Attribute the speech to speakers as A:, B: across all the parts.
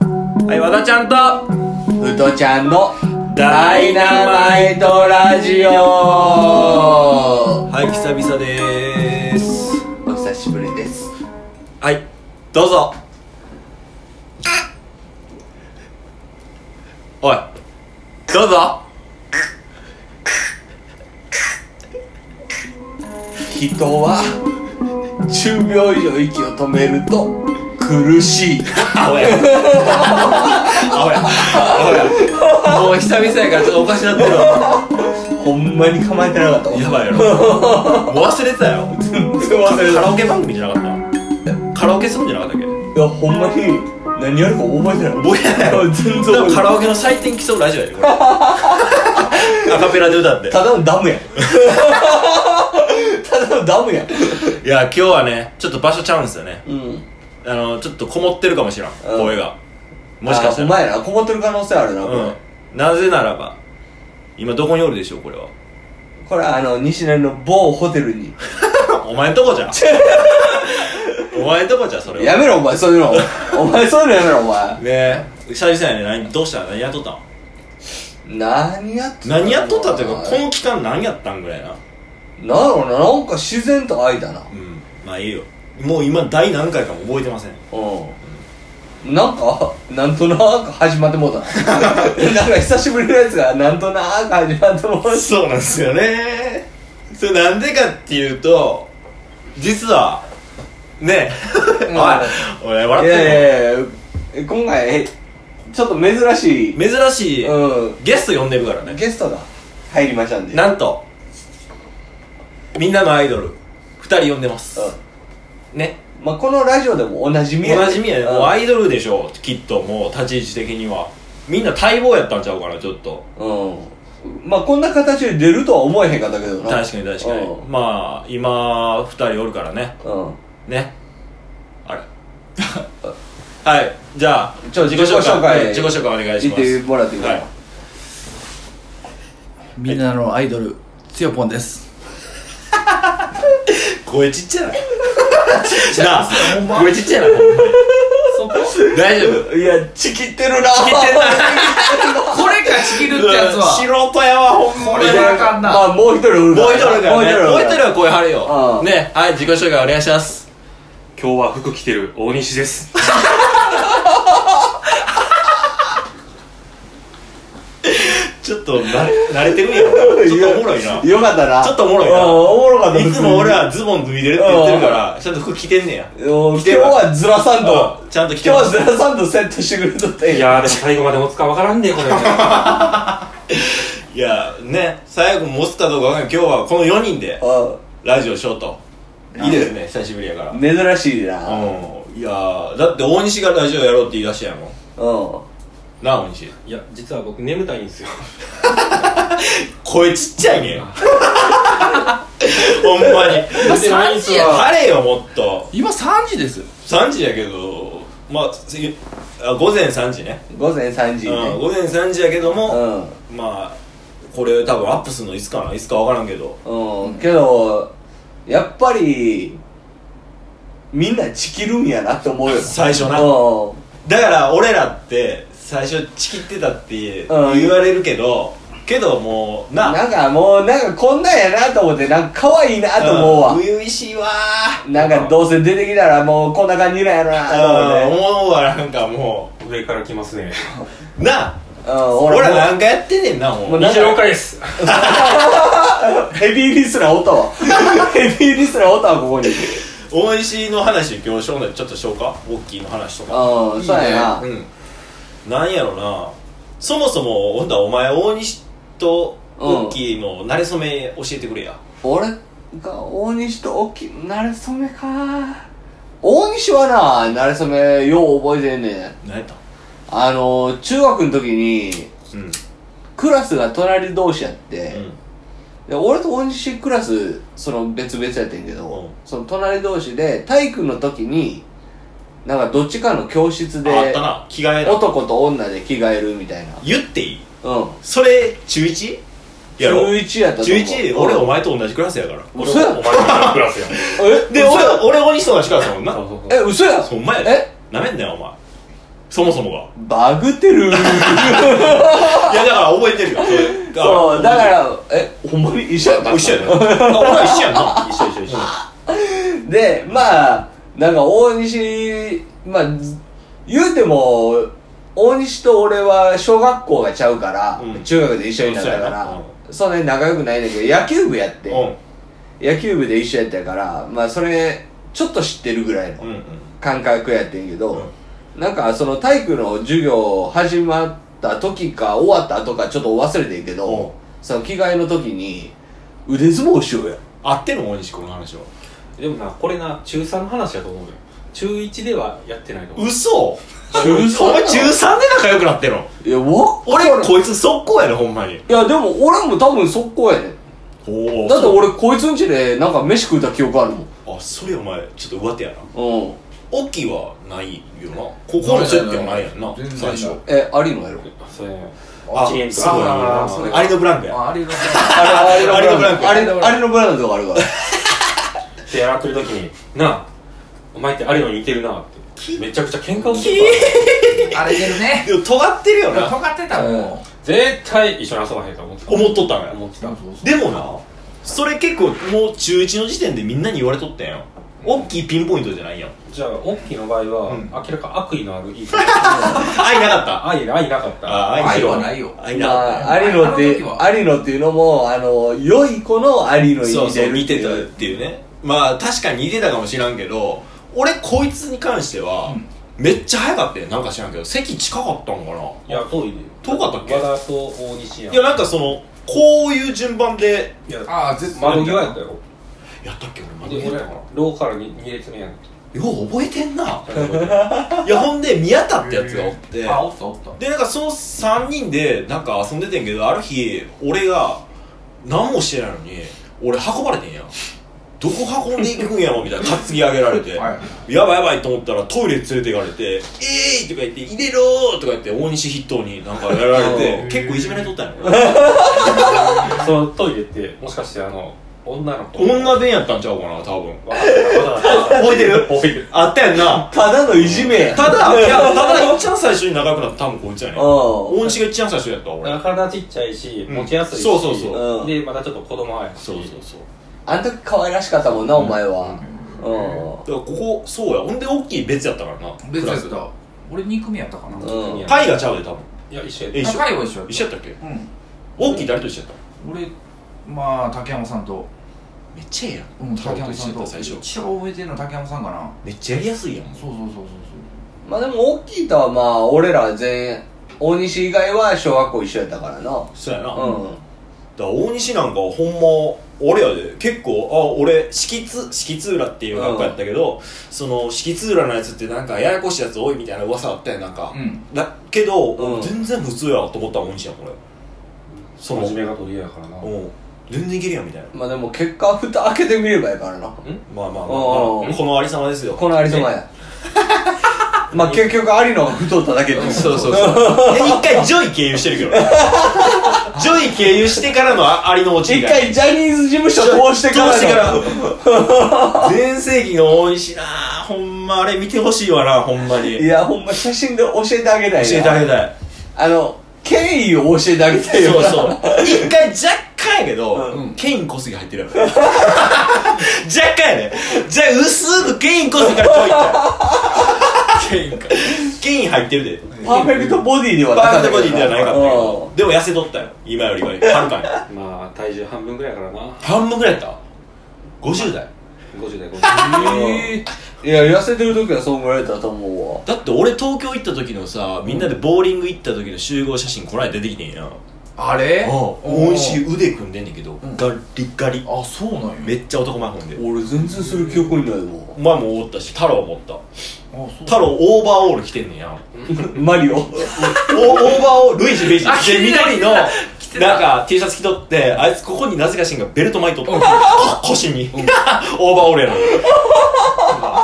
A: はい、和田ちゃんと、
B: うとちゃんの
A: ダ
B: ダ
A: イ
B: イ
A: ナ
B: ナ
A: マ
B: マ
A: イ
B: イトラジオ
A: はい、久々でーす。
B: お久しぶりです
A: はい、どうぞ。おい、どうぞ。
B: 人は10秒以上息を止めると苦しい
A: 青や。青や。青や。もう久々やからちょっとおかしなってるわ。
B: ほんまに構えてなかった
A: やばいやろ。もう忘れてたよ。
B: 全然忘れ
A: カラ
B: た
A: オケ番組じゃなかったカラオケするんじゃなかったっけ
B: いやほんまに何やるか覚えてない
A: 覚えてないよ
B: 全然
A: 多分
B: 覚えて
A: カ
B: ない
A: ラオケの採点競うラジオやでこれ アカペラで歌って
B: ただの ダムやんただのダムやん
A: いや今日はねちょっと場所ちゃうんですよね
B: うん
A: あのちょっとこもってるかもしらん
B: うん
A: 声がもしかした
B: お
A: ら
B: 前らこもってる可能性あるなこれ、
A: うんなぜならば今どこにおるでしょうこれは
B: これはあの西成の某ホテルに
A: お前んとこ じゃんお前んとこじゃんそれは
B: やめろお前そういうのお前そういうのやめろお前
A: ねえ久々やね何どうした何やっとったん
B: 何やっとった
A: 何やっとったっていうか
B: お前
A: この期間何やったんぐらいな
B: なんだろうななんか自然と会いだな
A: うんまあいいよもう今第何回かも覚えてません
B: うんなんかなんとなく始まっても うたななんか久しぶりのやつがなんとなく始まってもうた
A: そうなんですよねそれなんでかっていうと実はね
B: うん
A: おい俺笑っ
B: い
A: て
B: や
A: る
B: いやいやえ今回えちょっと珍しい、
A: 珍しい、
B: う
A: ゲスト呼んでるから
B: ん、
A: ね
B: ゲストが入りましたんで
A: なんとみんなのアイドル2人呼んでます
B: う
A: ね
B: んまあ、このラジオでもおなじ
A: お
B: みや
A: なじみやね
B: うん
A: もうアイドルでしょきっともう立ち位置的にはみんな待望やったんちゃうかなちょっと
B: うんまあこんな形で出るとは思えへんかったけどな
A: 確かに確かに
B: う
A: まあ今2人おるからね
B: ん、うん
A: ねあれはいじゃあ
B: ちょ自己紹介
A: 自己紹介お願いし
B: 言っ
A: ます
B: てもらっていいかな、
A: はい
C: みんなのアイドルつよぽんです
A: 声ちっちゃないなあ声ちっちゃいなほんまに
C: そこ
A: 大丈夫
B: いや、ちきってるな
A: ちぎってんな
C: これか仕切るってやつ
A: 素
C: は
A: 人やわほんま
C: こ
A: に
C: れはあかんな
B: まあ、もう一人おる
A: もう一人だよねもう一人
B: おる
A: は声張るよ
B: うん
A: ねはい自己紹介お願いします
D: 今日は服着てる大西です。
A: ちょっとな慣れて るんやろなちょっとおもろいな
B: よかったな。
A: ちょっとおもろいな
B: うんおもろかった。
A: いつも俺はズボン脱いでるって言ってるからちゃんと服着てんねや
B: 別に。お
A: 来
B: 今
A: て
B: 日
A: る
B: はズラサンド
A: う。んちゃんと来
B: 今
A: て
B: 日
A: ます
B: はズラサンドセットしてくれとったんや
D: いやーでも最後まで持つかわからんで、これ。はい
A: やね最後持つかどうかわかんない今日はこの4人でラジオしようといいですね久しぶりやから
B: うん珍しいな。
A: うんいやーだって大西がラジオやろうって言い出したやもん
B: うん。
A: なあ大西
D: や、実は僕眠たいんですよ。
A: 声ちっちゃい ねほんまに
C: 今3時や
A: 晴れよもっと
C: 今3時ですよ
A: 3時やけどまあついあ午前3時ね
B: 午前3時
A: うん、
B: ね。
A: 午前3時やけど
B: う
A: も、
B: ん。
A: まあこれ多分アップするのいつかないつか分からんけど
B: うん。けど、やっぱり、みんなちきるんやなって思うよ。
A: 最初な
B: うん。
A: だから俺らって最初チキってたって言
B: うん
A: われるけど、けどもうな
B: なんかもう、なんかこんなんやなと思って、なんか可愛いなと思うわ
A: ん。初々しいわ
B: なんかどうせ出てきたらもうこんな感じなんやろなと
A: ーうん
B: 思って
A: 思うわなんかも
D: 上から来ます ね。
A: うなあ
B: うん
A: 俺ら
B: も
A: なんかやってんねんなも
B: も
A: う
B: うなんか
D: 26回です。
B: ヘビーリスナーおった わヘビーリスナーおったわここに
A: 大石の話今日しょうがないちょっとしようかウォッキーの話とか
B: うんそうやな
A: うんなんやろなそもそもほんだらお前大西とウォッキーの馴れ初め教えてくれや
B: 俺が大西と沖なれそめか大西はななれそめよう覚えてんねん
A: 何やった
B: あの中学の時に
A: うんうん
B: クラスが隣同士やって、で俺と大西クラスその別々やってんけど、
A: うん
B: その隣同士で体育の時になんかどっちかの教室で
A: ああったな着替えな
B: 男と女で着替えるみたいな
A: 言っていい
B: うん
A: それ中 1? やろ
B: 中1やったと
A: 中
B: 思う
A: 1俺お
B: うん
A: 前と同じクラスやから
D: 俺
B: 嘘や
D: お前のクラ スやん。
B: え
A: で
B: 嘘
A: 俺俺大西と同じクラスやもんな
D: そうそうそう
B: え嘘や
A: そんまや
B: え
A: なめんなよお前そもそもが
B: バグって る
A: いやだから覚えてるよそれが
B: そうだからえほんまに一緒やった
A: 一緒やな俺は一緒 やんな
D: 一緒一緒一緒
B: でまあなんか大西まあず言うても大西と俺は小学校がちゃうから、
A: うん
B: 中学で一緒になったか
A: そうや
B: ら
A: な
B: そうね仲良くないねんだけど野球部やって、
A: う
B: 野球部で一緒やったからまあそれちょっと知ってるぐらいの
A: んうんうん
B: 感覚やってんけど、なんかその体育の授業始まった時か終わった後かちょっと忘れてんけど、
A: うん
B: その着替えの時に腕相撲しようや
A: 合ってるの大西君の話は
D: でもなこれな中3の話やと思うよ中1ではやってないと思う
A: 嘘
B: 中3
A: お前中3で仲良くなってんの
B: いやわっ
A: 俺こいつ速攻やねほんまに
B: いやでも俺も多分速攻やね
A: お
B: だって俺こいつんちでなんか飯食うた記憶あるもん
A: あそれお前ちょっと上手やな
B: うん
A: 大きいはないよなここの接点はないやんな
C: 全然
A: 最初
C: ない
B: えありのやろ
D: それ
A: あ
D: 遅延と
A: そうや
D: か
A: な
D: あーそれ
A: アリのブランクや
C: あありがとう
A: ア
B: あれ
A: リのブランコ
B: あれあれのブランドとかあるから
D: でやってる時になあお前ってあるのに似てるなってめちゃくちゃ喧嘩をして
C: 荒れてるね
A: でも尖ってるよな
C: 尖ってたもん
D: 絶対一緒に遊ばへんと思ってた
A: 思っとったんや
D: 思ってた
A: でもなそれ結構もう中1の時点でみんなに言われとったんやん大きいピンポイントじゃないやん
D: じゃあオッキーの場合は、
A: うん
D: 明らか悪意のあるいい 人
A: 愛なかった
D: 愛愛なかった
A: あ
C: 愛はないよ
A: 愛
B: ま
A: なかった
B: あありのっ
C: あの
B: て
C: 時は
B: ありのっていうのもあの良い子のありのに
A: そう
B: 似
A: そ
B: て
A: う
B: る
A: 見
B: って
A: て
B: い
A: たっ
B: う
A: ていうねまあ確かに似てたかもしらんけど俺こいつに関しては、めっちゃ早かったよなんか知らんけど席近かったんかない
D: いや遠いで
A: 遠かったっけ
D: 和田と大西やん
A: やなんかそのこういう順番で
D: いや
C: ああ絶対
D: 窓際やったよ
A: やったっけ俺まだ
D: で
A: やっ
D: 俺
A: たかな
D: 廊下からに2列目やん
A: よう覚えてんないやほんで宮田ってやつがおって
C: あおったおった
A: でなんかその3人でなんか遊んでてんけどある日俺が何もしてないのに俺運ばれてんやんどこ運んでいくんやろみたいな担ぎ上げられて
C: は
A: やばいやばいと思ったらトイレ連れていかれて「えーい!」とか言って「入れろ!」とか言って大西筆頭になんかやられ
D: う
A: て
D: ん
A: 結構いじめられとったんやろ
D: そのトイレってもしかしてあの女の子
A: 女弁やったんちゃうかな多分
D: わかったわかった
A: 覚えてる
D: 覚えてる
A: あったやんな
B: ただのいじめや
A: た だいやただ一番最初に仲良くなった多分こいつやねん
B: う
A: 大
B: ん
A: 西が一番最初やったわ俺
D: 体ちっちゃいし、
A: うん
D: 持ちやすいし
A: そうそうそう
D: でまたちょっと子供やし
A: そうそうそう
B: あの時可愛らしかったもんなお前は
A: だからここそうやほんで大きい別やったからな
C: 別やっ
A: クラ
C: た俺2組やったかな
B: うんう
A: ス
B: ん
A: パイがちゃうで多分
D: いや一緒や
A: え
D: っ
A: 一緒
C: 高いは一緒やっ
A: 一緒やったっけ
C: たうん
A: 大きい誰と一緒やっ
C: 俺まあ竹山さんと
A: ためっちゃええや
C: うん
A: ん太郎
C: 竹
A: と一
C: 山さ
A: 緒や
C: ん
A: った
C: と
A: 最初
C: 一番覚えてるの竹山さんかな
A: めっちゃやりやすいやん
C: そうそうそうそう
B: まあでも大きいとはまあ俺ら全員大西以外は小学校一緒やったからなう
A: そうやなだか
B: ん
A: ら大西なんかはほんま俺やで結構あ俺敷津敷津浦っていう学校やったけどその敷津浦のやつってなんかややこしいやつ多いみたいな噂あったやんなんか
C: そううん
A: だけど、
B: うん
A: 全然普通やと思ったら大西やんこれそ
D: そ
A: の
D: の真面目が取り柄やからな
A: うん全然いけるやんみたいな
B: まあでも結果蓋開けてみればやからな
A: まあまあまあ、ま
B: おうおう
A: あ、このありさまですよ
B: このありそまや まあ結局ありのが太っただけで
A: そうそうそう で一回ジョイ経由してるけどねジョイ経由してからのあありの落ち
B: 一
A: が
B: 回ジャニーズ事務所通してから
A: 通して
B: の
A: から全盛期が多いしなほんまあれ見てほしいわなほんまに
B: いやほんま写真で教えてあげたいな
A: 教えてあげたい
B: あの経緯を教えてあげたいよ
A: そう
B: な
A: そう一回若干やけど、
C: うん
A: ケイン小杉入ってるやろ若干やねじゃあ薄くケイン小杉から解いた ケインかケイン入ってるで
B: パーフェクトボディでは
A: バー
B: なか
A: ン
B: っ
A: ド
B: たけど
A: ボディではないかったけど
B: う
A: でも痩せとったよ今よりははるか に
D: まあ体重半分ぐらいやからな
A: 半分ぐらいやった50代
D: 50代50代
B: えーいや痩せてる時はそう思われたと思うわ
A: だって俺東京行った時のさみんなでボーリング行った時の集合写真こないだ出てきてんやあ
C: あれ
A: 美味しい腕組んでんねんけど、
C: ん
A: ガリガリ
C: あそうなんや
A: めっちゃ男前ほんで
B: 俺全然する記憶にないわ
A: お前もおったし太郎もおった
C: あそう
A: 太郎オーバーオール着てんねんや
B: マリオ
A: おオーバーオールルイージルイージ
C: あ着
A: で
C: てた
A: 緑の
C: 着てた
A: なんか T シャツ着とってあいつここになぜかしんがベルト巻いとってこ腰にオーバーオールやのに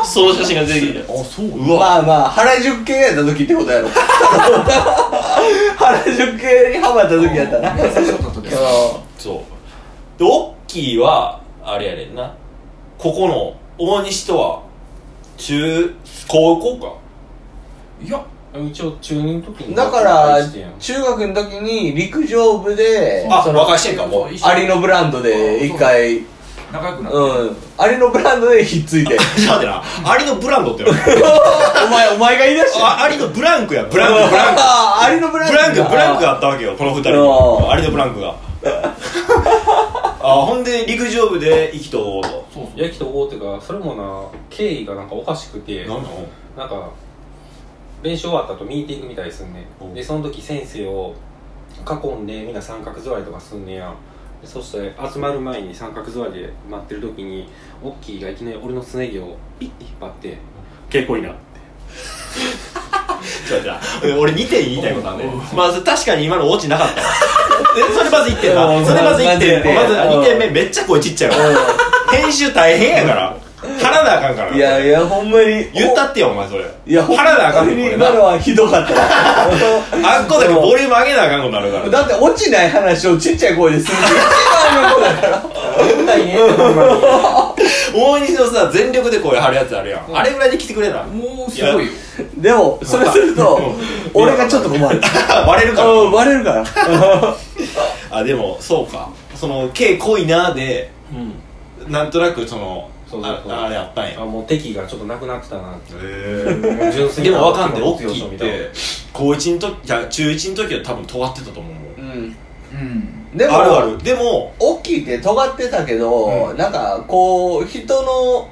A: その写真が出てきて
C: あそう
A: うわ
B: まあまあ原宿系やった時ってことやろ原宿系にハマった時やったな
C: 痩せちゃった時
A: そうでオッキーはあれやねんなここの大西とは中高校か
C: いや
D: 一応中二の時に
B: だか
D: バ
B: ら
D: イトしてんやん
B: 中学の時に陸上部で
A: あ
B: その
A: 和解してんかもう
C: 一緒
B: アリのブランドで一回うん
C: 仲良くなって
B: アリのブランドでひっつ い
A: ち
B: て
A: ょっと待ってなアリのブランドって言わ れる
B: お前お前が言い出した
A: あアリのブランクやブランクブランク
B: あーアリのブランド
A: ブランクブランクがあったわけよこの二人
B: お
A: に
B: ー
A: アリのブランクがあほんで陸上部で意気投合と
C: そうそう
D: やきとおうてかそれもな経緯がなんかおかしくて
A: なんなの
D: なんか練習終わった後ミーティングみたいにすんね
A: うん
D: んでその時先生を囲んでみんな三角座りとかすんねやでそして集まる前に三角座りで待ってる時にオッキーがいきなり俺のすね毛をピッて引っ張って 結構いいな
A: ちょっと待ってな俺2点言いたいことあんねまず確かに今のオチなかったわ えそれまず1点
B: うん
A: なそれまず1点
B: ま
A: ま
B: ず
A: ず
B: 一点
A: 2点目めっちゃ声ちっちゃいわ編集大変やから腹なあかんから
B: いやいやほんまに
A: 言ったってよお前それ
B: いやほんま
A: 腹なあかんねんこ
B: に
A: れ
B: 今
A: な
B: のはひどかった
A: あっこだけボリューム上げなあかんことになるから
B: だって落ちない話をちっちゃい声でするの一番の子だから
A: 大西のさ全力で声張るやつあるやんあれぐらいで来てくれな
C: もうすごいよ
B: でもそれすると俺がちょっと 困 る
A: 割れるから
B: うんバレるから
A: あでもそうかその「K 濃いな」で
D: うん
A: なんとなくその
D: そうそう
A: あ
D: そう
A: あれあったんや
D: あもう敵がちょっとなくなってたなって
A: へ
D: もう純 粋
A: で
D: な
A: もわかんない
D: 強
A: 大
D: さ
A: きいっ
D: みたいな
A: て高1の時いや中1の時は多分尖ってたと思うもん
C: うん
B: でも
A: あるあるでも
B: 大きいって尖ってたけど、なんかこう人の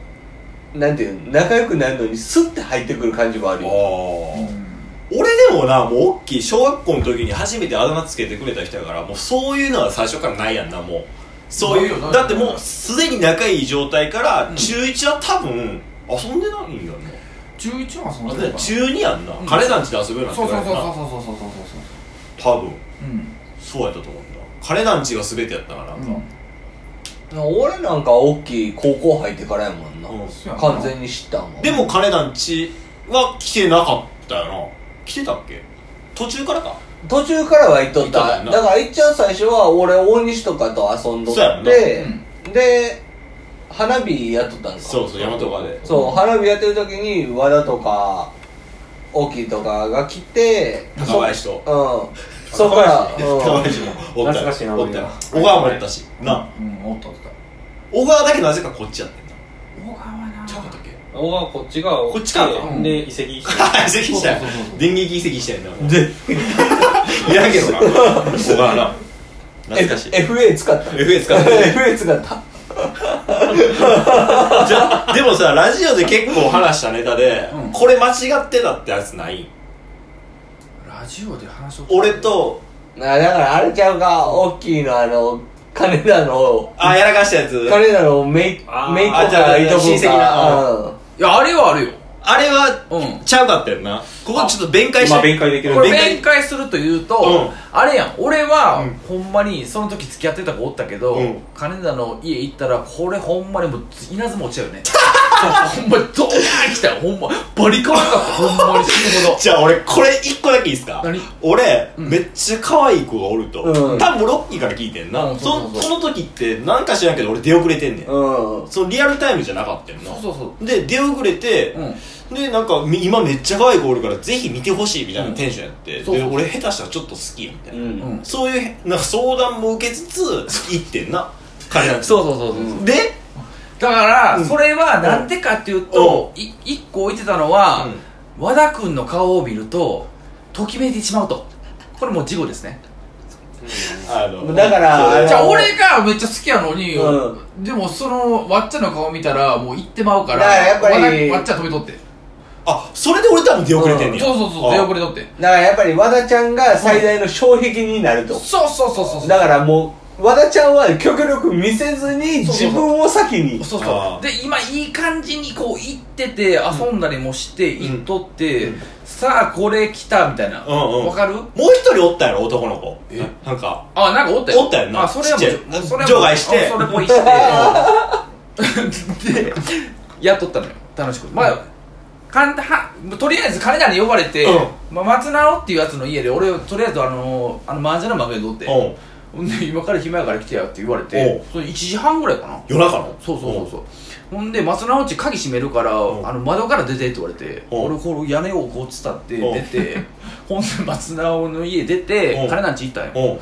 B: なんていうの仲良くなるのにスッて入ってくる感じもあ
A: あ
B: るよ
A: ー俺でもなもう大きい小学校の時に初めてあだ名つけてくれた人やからもうそういうのは最初からないやんなもうそうい
C: ないよないうよ
A: だってもうすでに仲いい状態から
C: ん
A: 中1は多分遊んでないんやんな
C: 中1はそ
A: あ
C: の
A: だって中2やんな金団地で遊ぶようにな
C: そ
A: って
C: うそ
A: からや
C: うそうそうそ
A: な
C: うそうそうそう
A: 多分
C: そううん
A: そうやったと思うんだ金団地が全てやったから、
C: うん
B: 俺なんか大きい高校入ってからやもんな、
A: う
C: そうやな
B: 完全に知ったもん
A: んでも金団地は来てなかったよな来てたっけ途中からか
B: 途中からは行っとった
A: 行っとったよな
B: だから一番最初は俺大西とかと遊んどっ
A: そうやんな
B: て、
C: う
B: で花火やっとったんですか
A: そうそう大和川で
B: そう花火やってる時に和田とか大きいとかが来て
A: 高林と
B: うんそこから、
A: 高
B: うん
A: 林もおったよ
D: 懐かしいな
A: おったよ
D: 俺
A: 小川もおったしな
C: うんおったおった
A: 小川だけなぜかこっちやってんな
C: 小川な
A: ちゃうか ったっけ
D: おがこっちが
A: こっちか
D: うんで移 籍して
A: あ移籍したよ
C: そうそうそうそう
A: 電撃移籍したよなで いらんけどな小川な懐かしい
B: FA 使った
A: FA 使 って
B: FA 使った
A: じゃあでもさラジオで結構話したネタで、
C: うん
A: これ間違ってたってやつない
C: ラジオで話を
A: 俺と
B: なだからあれちゃうか大きいのあの金田の
A: あやらかしたやつ
B: 金田のめいめいっ子
D: あー
B: かいとこ
A: あじゃあ
B: かうん
C: いやあれはあるよ
A: あれは
C: うん
A: ちゃうかったよなここちょっと弁解して
D: まあ弁解できる
C: これ
A: 弁解
C: 弁解するというと、
A: うん
C: あれやん俺は、
A: うん
C: ほんまにその時付き合ってた子おったけど、
A: うん
C: 金田の家行ったらこれほんまにもう稲妻落ちたよね ほんまにドーン来たよほんまバリカンかったほんまに死ぬほど
A: じゃあ俺これ一個だけいいですか
C: 何
A: 俺、
C: うん
A: めっちゃ可愛い子がおると、
B: うん
A: 多分ロッキーから聞いてんな、
C: うん
A: そ
C: そうそうそう
A: その時ってなんか知らんけど俺出遅れてんねん、
B: うん
A: そのリアルタイムじゃなかったよな
C: そうそうそ
A: で出遅れて
C: う、う、ん、
A: でなんかみ今めっちゃ可愛い子おるからぜひ見てほしいみたいなテンションやって、
C: んそうそう
A: で俺下手したらちょっと好きみたいな、
C: うん
A: そういうなんか相談も受けつつ行ってんな彼ら
C: そうそうそうそう、
A: うで
C: だから、
A: うん
C: それはなんでかっていうと、い一個置いてたのは、和田君の顔を見るとときめいてしまうとこれもう事故ですね
A: あの
B: だから
A: そう
B: あの
C: じゃあ俺がめっちゃ好きやのに、
B: う
C: でもそのわっちゃんの顔見たらもう行ってまうから
B: だからやっぱり
C: わわっちゃん飛び取って
A: あそれで俺多分出遅れてんねや
C: そうそうそう
A: あ
C: 出遅れ取って
B: だからやっぱり和田ちゃんが最大の障壁になると
C: そうそうそうそうそう
B: だからもう和田ちゃんは極力見せずに
C: そう
B: 自
C: そうそう
B: 分を先に
C: そう
A: あ
C: そ
A: ー
C: うで今いい感じにこう行ってて遊んだりもして
A: うん
C: 行っとって、
A: うん
C: さあこれ来たみたいな
A: うんうん
C: わ、かる
A: もう一人おったやろ男の子なんか
C: あなんかおったよ
A: おったよな
C: あそれはも
A: ちっ
C: う
A: ちゃい
C: もうそれはもう
A: 除外して
C: あそれもいいしてで やっとったのよ楽しくまあかんはとりあえず金田に呼ばれて、
A: う
C: まあ、松直っていうやつの家で俺をとりあえずあのー、あのマージャンの豆取って
A: うん
C: ほんで今から暇やから来てやって言われ
A: お
C: て
A: う
C: それ1時半ぐらいかな
A: 夜中の
C: そうそうそうそうほんで松直内鍵閉めるから、
A: うん
C: あの窓から出てって言われて、
A: うん
C: 俺こう屋根をこう伝って
A: うん
C: 出て、ほんで松直の家出て、
A: うん
C: 彼なんち行ったんよ、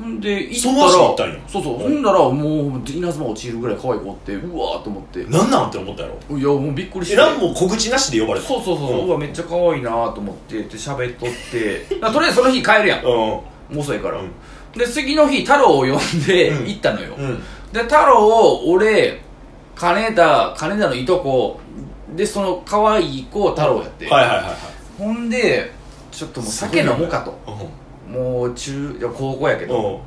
A: うん
C: ほんで行
A: その足で行っ
C: ったた
A: ん
C: ら
A: や
C: そうそう、
A: うん
C: ほんならもう稲妻落ちるぐらい可愛い子おってうわーと思っていや
A: なんなんって思ったやろ
C: もうびっくりし
A: え
C: て
A: ランも小口なしで呼ばれた
C: そうそうそう、う
A: うん
C: わめっちゃ可愛いなと思ってで喋っとってだからとりあえずその日帰るやん
A: うん
C: もう遅いから、
A: うん
C: で次の日太郎を呼んで
A: うん
C: 行ったのよ、
A: うん
C: で太郎俺金田金田のいとこでその可愛い子太郎やって、
A: はいはいはいはい
C: ほんでちょっともう酒飲もうかともう中いや高校やけ
A: うん
C: ど、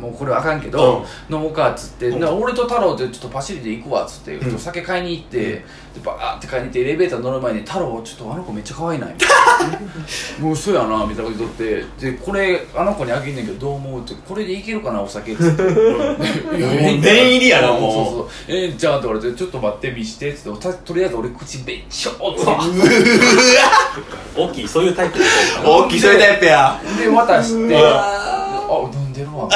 C: もうこれはあかんけ
A: う
C: ど
A: ん、
C: 飲もうかっつって、
A: うん
C: な俺と太郎でちょっとパシリで行くわっつって、
A: うん
C: お酒買いに行って、でバーって買いに行ってエレベーター乗る前に「太郎ちょっとあの子めっちゃ可愛いな」 みたいな「もう嘘やな」みたいなこと言っとって「でこれあの子にあげんねんけどどう思う?」って「これでいけるかな お酒」っつって「いや
A: もう念入りやなもう
C: そうそう「えー、じゃあ」って言われて「ちょっと待って見して」っつってたとりあえず俺口べっちょーっつって
D: 大きいそういうタイプで
A: 大きいそういうタイプや
C: で渡して
A: う
C: あ飲んでる わ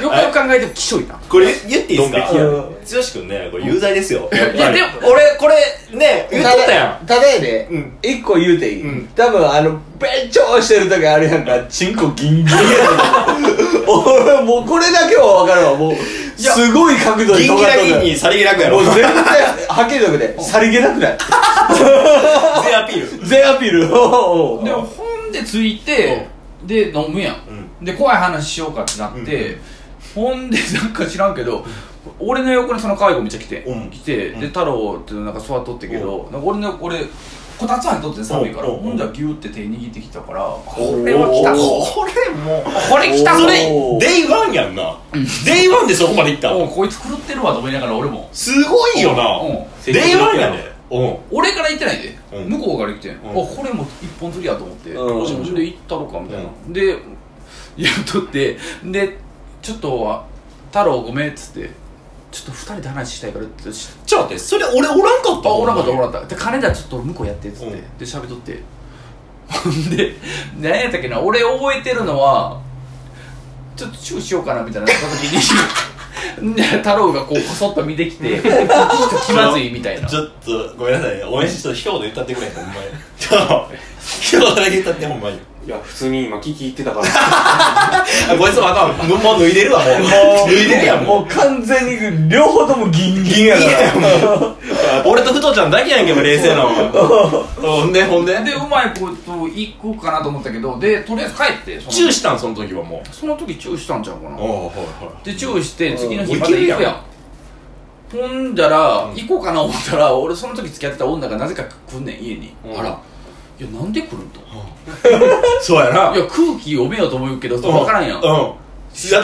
C: よくよく考えてもきしょいな
A: これ言っていいですか
D: ドン引きやね
A: うん剛君ねこれ有罪ですよやっぱり
C: いやでも
A: 俺これね言っとったや
B: んただやで
A: うん
B: 一個言うていい、
A: うん
B: 多分あのべっちょーしてる時あるやんかチンコギンギンや ねん俺もうこれだけは分かるわもう
A: や
B: すごい角度
A: ん
B: で
A: ギンギラギンにさりげなくや
B: も
A: ろ
B: う全然はっきりとくでさりげなくない
A: 全アピール
B: 全アピールおうおう
C: でほんでついてで飲むやん、で怖い話しようかってなって、ほんでなんか知らんけど俺の横にその可愛い子めっちゃ来て、
A: うん
C: 来て
A: うん
C: で太郎ってなんか座っとってけど、なんか俺の俺こたつ入っとって寒いから、
A: うんうん
C: ほんじゃギュって手握ってきたから、これは来たこれもうこれ来
B: お
C: た
B: ー
C: ぞ
A: それデイワンやんなデイワンでそこまでいった
C: もうこいつ狂ってるわと思いながら俺も
A: すごいよな
C: うん
A: デイワンやねうん
C: 俺から言ってないで、
A: うん
C: 向こうから言ってん、
A: ん
C: あこれも一本釣りやと思って、
B: うん
C: もしもしで行ったろかみたいな、でやっとってでちょっとは太郎ごめんっつってちょっと二人で話したいからってし
A: ちょっと待ってそれ俺おらんかった
C: あおらんかった
A: ほ
C: お
A: んま
C: ら
A: に
C: んかったで金田ちょっと向こうやってっつって、
A: うん
C: で喋っとってほんで何やったっけな俺覚えてるのはちょっとチューしようかなみたいなった時 にで太郎がこうこそっと見てきてちょっと気まずいみたいな
A: ちょっとごめんなさい応援してちょっと一言言ったってくれほんまにちょっと一言だけ言ったってほんまに
D: いや普通に今聞き入ってたから
A: あこいつまたもうもう脱いでるわもう脱いでるやんもう
B: もう完全に両方ともギンギンやから
A: 俺と太ちゃんだけやんけもう冷静な のほんでほんで
C: でうまいこと行こうかなと思ったけどでとりあえず帰ってそ
A: チュ
C: の
A: ーしたんその時はもう
C: その時チューしたんちゃうかな
A: おはいは
C: でチューして次の日
A: うん
C: また
A: いけ
C: 行く
A: る
C: や
A: や
C: んほんだら、
A: うん
C: 行こうかな思ったら俺その時付き合ってた女がなぜか来んねん家に、
D: うん
C: あらいやなんで来るんとい
A: そうやな
C: や空気読めようと思うけど分からんやん、
A: うんだっ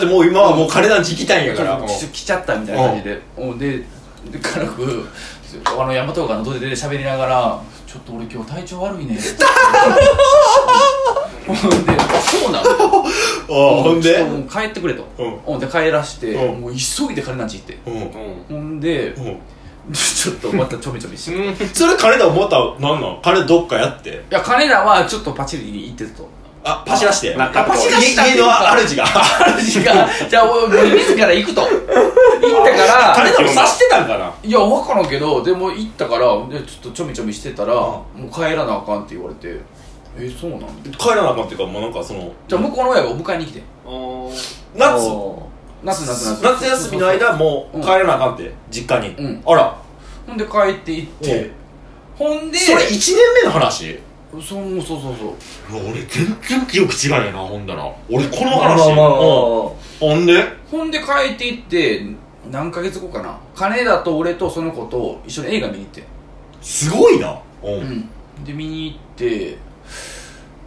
A: てもう今はもう彼団地行きたいんやから
C: ちょっと来ちゃったみたいな感じで、うん、でで辛くあの大和川の土手で喋りながら「ちょっと俺今日体調悪いね」ほんで「そうなの?」
A: おほん
C: ち
A: で
C: ょっともう帰ってくれと、
A: うん
C: ほんで帰らして、
A: うん
C: もう急いで彼なち行って
A: うん
D: う
C: ほ
D: ん
C: んで
A: うん
C: ちょっとまたちょびちょびしてい
A: それ彼ら思ったらなんなん彼どっかやって
C: や彼らはちょっとパチリに行ってたと
A: あパシらして
D: な
A: あ
D: んか
A: パシらした家の主が
C: 主がじゃあお自ら行くと行ったか
A: 彼
C: ら
A: らも察してたんかない
C: や分からんけどでも行ったからでちょっとちょびちょびしてたら、もう帰らなあかんって言われてえそうなん
A: 帰らなあかんっていうかもうなんかその
C: じゃあ向こうの親がお迎えに来て
D: お
A: 夏
B: お
C: 夏夏夏
A: 夏休みの間もう帰らなあかんって実家に
C: うん
A: あら
C: ほんで帰って行ってほんで
A: それ1年目の話
C: そうそうそうそう
A: 俺全然記憶違うよなほんだら俺この
B: ーまあまあまあまあ
A: ほんで
C: ほんで帰っていって何ヶ月後かな金田と俺とその子と一緒に映画見に行って
A: すごいなう
C: うんんで見に行って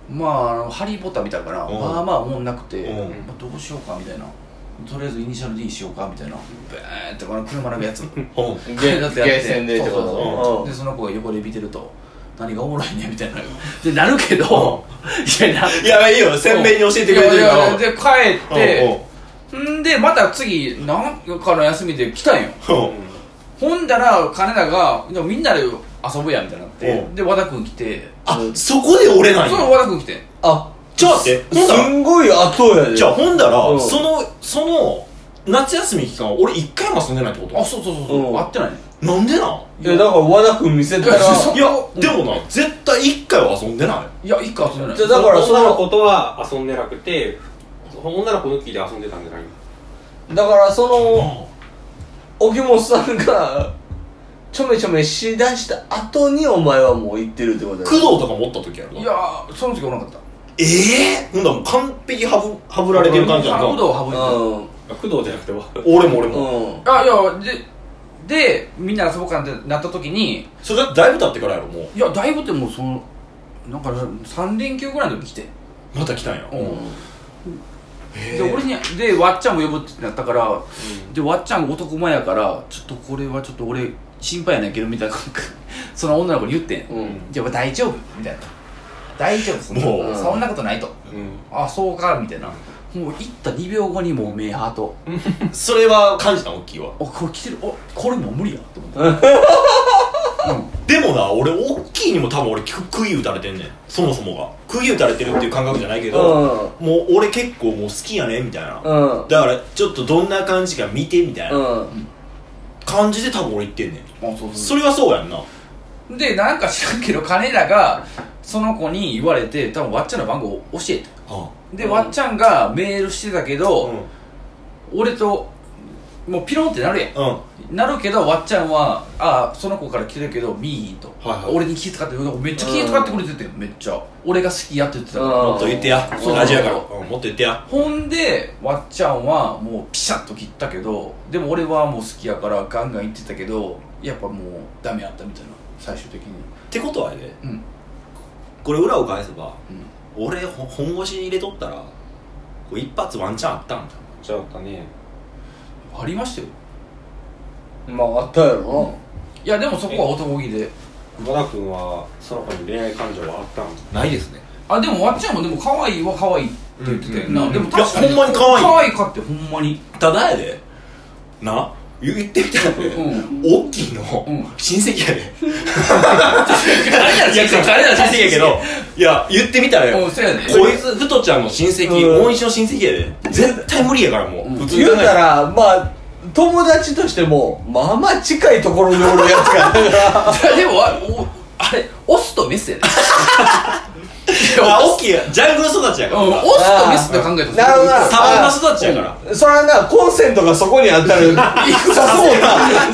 C: まああの「ハリー・ポッター」見たから
A: うん
C: まあまあ思んなくて、
A: うん
C: まあ、どうしようかみたいなとりあえずイニシャル D しようかみたいなブーンってこの車のやつ
A: うん
B: ゲ
C: 金田とやっ
B: ゲ
C: て
B: ーセンでってこ
C: そうそう
A: う
B: と
C: でその子が横で見てると何がおもろいねみたいなでなるけど、いやない
A: やいいよ鮮明に教えてくれてるか
C: いやい
A: ら
C: やで帰ってんでまた次なんかの休みで来たんよ
A: うんうん
C: ほんだら金田がでもみんなで遊ぶやみたいになって
A: うん
C: で和田君来て
A: あそこで折れない
C: その
A: の
C: 和田君来て
B: あ
A: ちょっと待ってほんだ
B: すんごい後やで
A: らじゃあほんだ
B: う
A: ら
B: ん
A: そのその夏休み期間俺一回も遊んでないってこ
C: あ
A: と
C: そうそうそうそう、
B: うん
C: 合ってないね
A: なんでなん
B: いやだから和田君見せ たら
C: そ
A: いやでもな絶対一回は遊んでない
C: いや一回遊んでない
B: じゃあだからそ
D: 女の
B: の
D: 子とは遊んでなくて女の子抜きで遊んでたんじゃないの
B: だからその沖本さんがちょめちょめしだした後にお前はもう行ってるってことだよ
A: 工藤とか持った時やろ
C: いやーその時おらんかった
A: ええほんだらもう完璧はぶはぶられてる感じやん
C: 工藤
A: な
C: を省いてた
D: あ工藤じゃなくては
A: 俺も俺
B: う
A: も
B: んうん
C: あいやででみんな遊ぼうかなってなった時に
A: それだってだいぶ経ってからやろもう
C: いやだいぶってもうそのなんか3連休ぐらいの時来て、
A: また来たんや
C: うん
A: へ
C: で
A: え
C: 俺にでわっちゃんも呼ぶってなったから、でわっちゃん男前やからちょっとこれはちょっと俺心配やねんけどみたいなその女の子に言ってん、
B: うん
C: じゃあ大丈夫みたいな大丈夫そんな
A: も
B: う
C: そんなことないと
D: うん
C: あそうかみたいなもう行った2秒後にもう目ハート
A: それは感じた大きいわ
C: おこれ来てるおこれもう無理やと思って
A: でもな俺大きいにも多分俺釘打たれてんねんそもそもが釘打たれてるっていう感覚じゃないけどもう俺結構もう好きやねみたいな
B: うん
A: だからちょっとどんな感じか見てみたいな
B: うん
A: 感じで多分俺言ってんねん
C: あそう
A: それはそうやんな
C: でなんか知らんけど金田がその子に言われて多分わっちゃんの番号を教えて
A: あ
C: で、わっちゃんがメールしてたけ
A: うん
C: ど、俺ともうピロンってなるやん
A: うん
C: なるけどわっちゃんは「ああその子から来てるけどミーと、
A: はいはい
C: 俺に気遣ってめっちゃ気遣ってくれてて、めっちゃ俺が好きやって言ってたから、
B: うん
A: もっと言ってや
C: そう
A: ラジオやからうんもっと言ってや
C: ほんでわっちゃんはもうピシャッと切ったけどでも俺はもう好きやからガンガン言ってたけどやっぱもうダメやったみたいな最終的
A: っ
C: に
A: てことはね
C: うん
A: これ裏を返せば
C: うん
A: 俺ほ本腰に入れとったらこう一発ワンチャンあったんだ
D: ちゃったね
C: ありましたよ
B: まああったやろ
C: いやでもそこは男気で
D: 和田君はその子に恋愛感情はあったん
A: ないですね
C: あでもわっちゃんもでも可愛いは可愛いって言ってたよな、
A: うんうん
C: でも確かに
A: いやほんまに可愛い
C: 可愛いかってほんまに
A: ただやでな言ってみたら
C: う
A: ね
C: ん
A: 大きいの
C: うん
A: 親戚やでいや、
C: 誰だ
A: 彼ら親戚やけど、いや、言ってみたら
C: う
A: よ
C: ん。そうやね
A: こいつ、ふとちゃんの親戚、
B: うん
A: 大石の親戚やで。絶対無理やから、もう。
C: うん
A: 普通に
B: 言
A: 考
B: う
A: え
B: たらまあ友達としてもまあまあ近いところにおるやつか ら
C: いやでもあおあれオスとメスやねいや
A: あ、
C: オ
A: 大
C: ス
A: きいや。ジャングル育ちやか
C: うん
A: ら。
C: オスとメスって考えた
B: なるほど
A: サバンナ育ちやから。
B: それはなコンセントがそこにあったらさそうなさ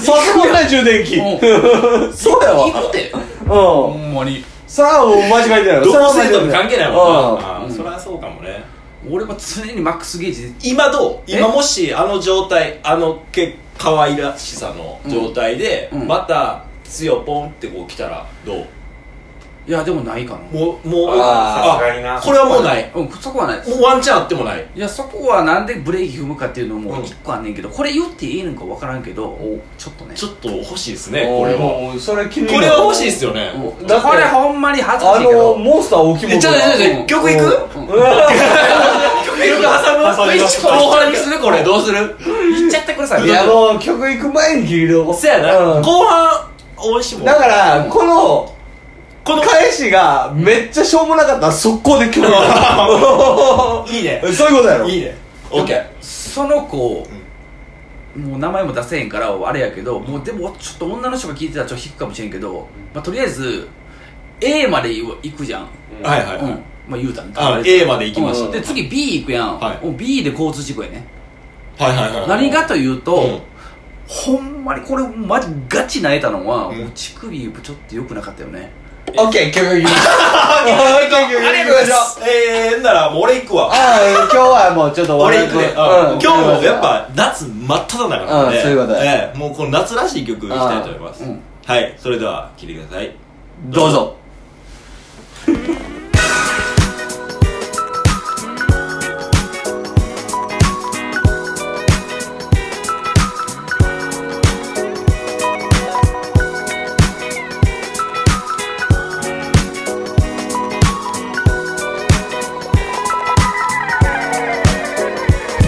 B: そうな充電器 そうや
C: うん、
B: わ
C: 行くてほ
B: うん
C: んまに
B: それはもう間違いじゃない
A: ど
B: それは
A: こ
B: 間違
A: 生
B: いじゃ
A: とか関係ないもんな。あ
C: うん
A: ーそりゃそうかもね。
C: 俺は常にマックスゲージで
A: 今どう
C: え
A: 今もし、あの状態、あの、け、可愛らしさの状態で、
C: うんうん
A: また、つよぽんってこう来たら、どう
C: いやでもないかな
A: もう、もう、
B: あ
D: ーさすがにな
A: これはもうない。
C: うんそこはないです
A: もうワンチャンあってもない。
C: いやそこはなんでブレーキ踏むかっていうの
A: う
C: も
A: ん
C: 一個あんねんけど、これ言っていいのか分からんけどちょっとね
A: ちょっと欲しいですね、
B: ない
A: これは。
B: もうそれ気にな
A: こ
B: る
A: れは欲しいですよね。
C: うん
B: だって
C: これほんまに恥ずか
B: あ
C: しいけ
B: の
C: ど
B: モンスター大きいも
A: えちょっと待って
C: うん
A: 曲いく
C: うん
A: 曲いく挟む
B: ます
A: 後半にするこれ どうする
C: 言っちゃってください
B: いやもう曲行く前に切る
A: せや
B: う
A: なん後半応援しても
B: だか
C: う
B: ら
C: ん
B: この
A: この
B: 返しがめっちゃしょうもなかったら速攻 で曲行
A: いいね
B: くそういうことやろ
A: いいねオッケー
C: その子、もう名前も出せへんからあれやけどもうでもちょっと女の人が聞いてたらちょっと引くかもしれんけど、まあ、とりあえず A まで行くじゃん、
A: はい
D: い
A: はい
C: うん
A: はい
C: まあ言うたん
A: あ A まで行きまし
B: す
A: た
C: うんで次 B 行くやん、
A: はい
C: もう B で交通事故やね
A: はいはいはい
C: 何がというと、
A: うん
C: ほんまにこれマジガチ泣いたのは、
A: うん
C: もう乳首ちょっと良くなかったよね
B: オッケー曲行きましょう曲
A: ありがとうございますえーならもう俺行くわ
B: ああ今日はもうちょっと
A: 俺行くねうん今日もやっ
B: ぱ
A: ぱ夏真っ只中なんで
B: うんそういうことだ
A: ええもうこの夏らしい曲いきたいと思います
C: うん
A: はいそれでは聴いてください
B: どうぞ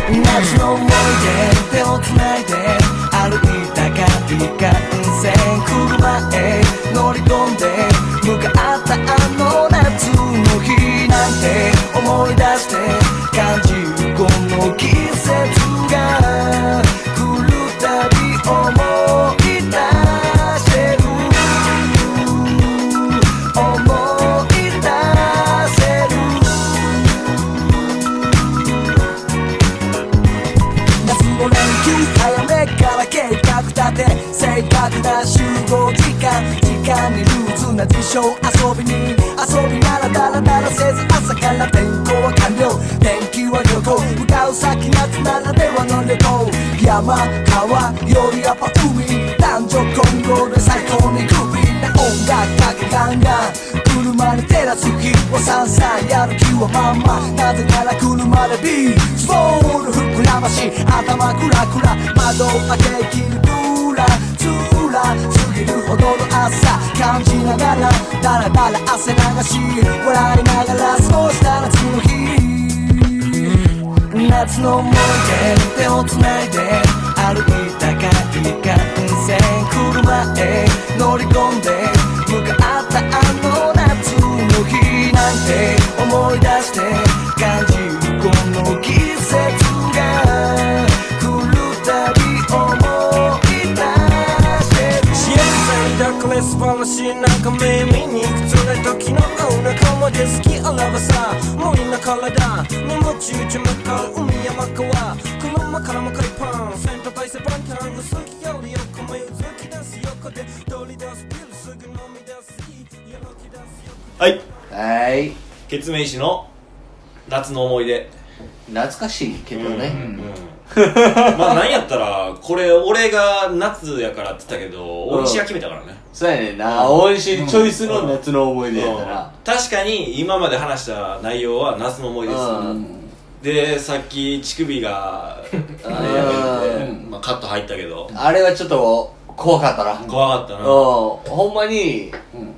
E: 夏の思い出手をつないで歩いたかい幹線車へ乗り込んで向か遊びに遊びならダラダラせず朝から勉強は完了天気は旅行向かう先夏ならではの旅行山川よりやっぱ海男女混合で最高にグビーな音楽かけガンガン車に照らす日はさんさんやる気はまんまなぜなら車でビーズボール膨らまし頭クラクラ窓を開け切るブラツーラ過ぎるほどの朝感じながらダラダラ汗流し笑いながら過ごした夏の日夏の思い出手をつないで歩いたかいい感線車へ乗り込んで向かったあの夏の日なんて思い出して感じるこの季節が来るたび思い出してる
F: Yes, I'm dark, less policy, なんか目見に行くつらい時のお仲間で好きあらばさ無理な体眠ち打ち向かう海山川車からも海パンセント大セパンタン薄気より横目うずき出す横で取り出すビールすぐ飲み出すやる気出す横
A: はい
B: はい
A: ケツメイシの夏の思い出
B: 懐かしいけどね、
A: まあなんやったらこれ俺が夏やからって言ったけど
B: うん
A: 大西が決めたからね、
B: そうやねんな大西チョイスの夏の思い出やった
A: うん
B: ら
A: 確かに今まで話した内容は夏の思い出です、
B: うん
A: でさっき乳首 があれやけどねまあ、カット入ったけど
B: あれはちょっと怖かったな
A: 怖かった
B: うん
A: な
B: ほんまに
C: うん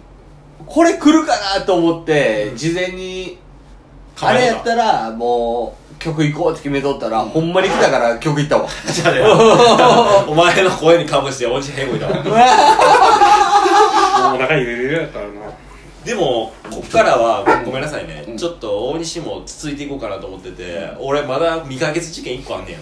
B: これ来るかなと思って事前に
A: カ
B: あ
A: メラ
B: れ
A: が
B: やったらもう曲行こうって決めとったらほんまに来たから曲行ったわ
A: じゃあね お前の声にかぶしておじへこいたわ
D: もうお腹揺れるやったらな
A: でもこっからはごめんなさいね、ちょっと大西もつついていこうかなと思ってて、俺まだ未解決事件1個あんねん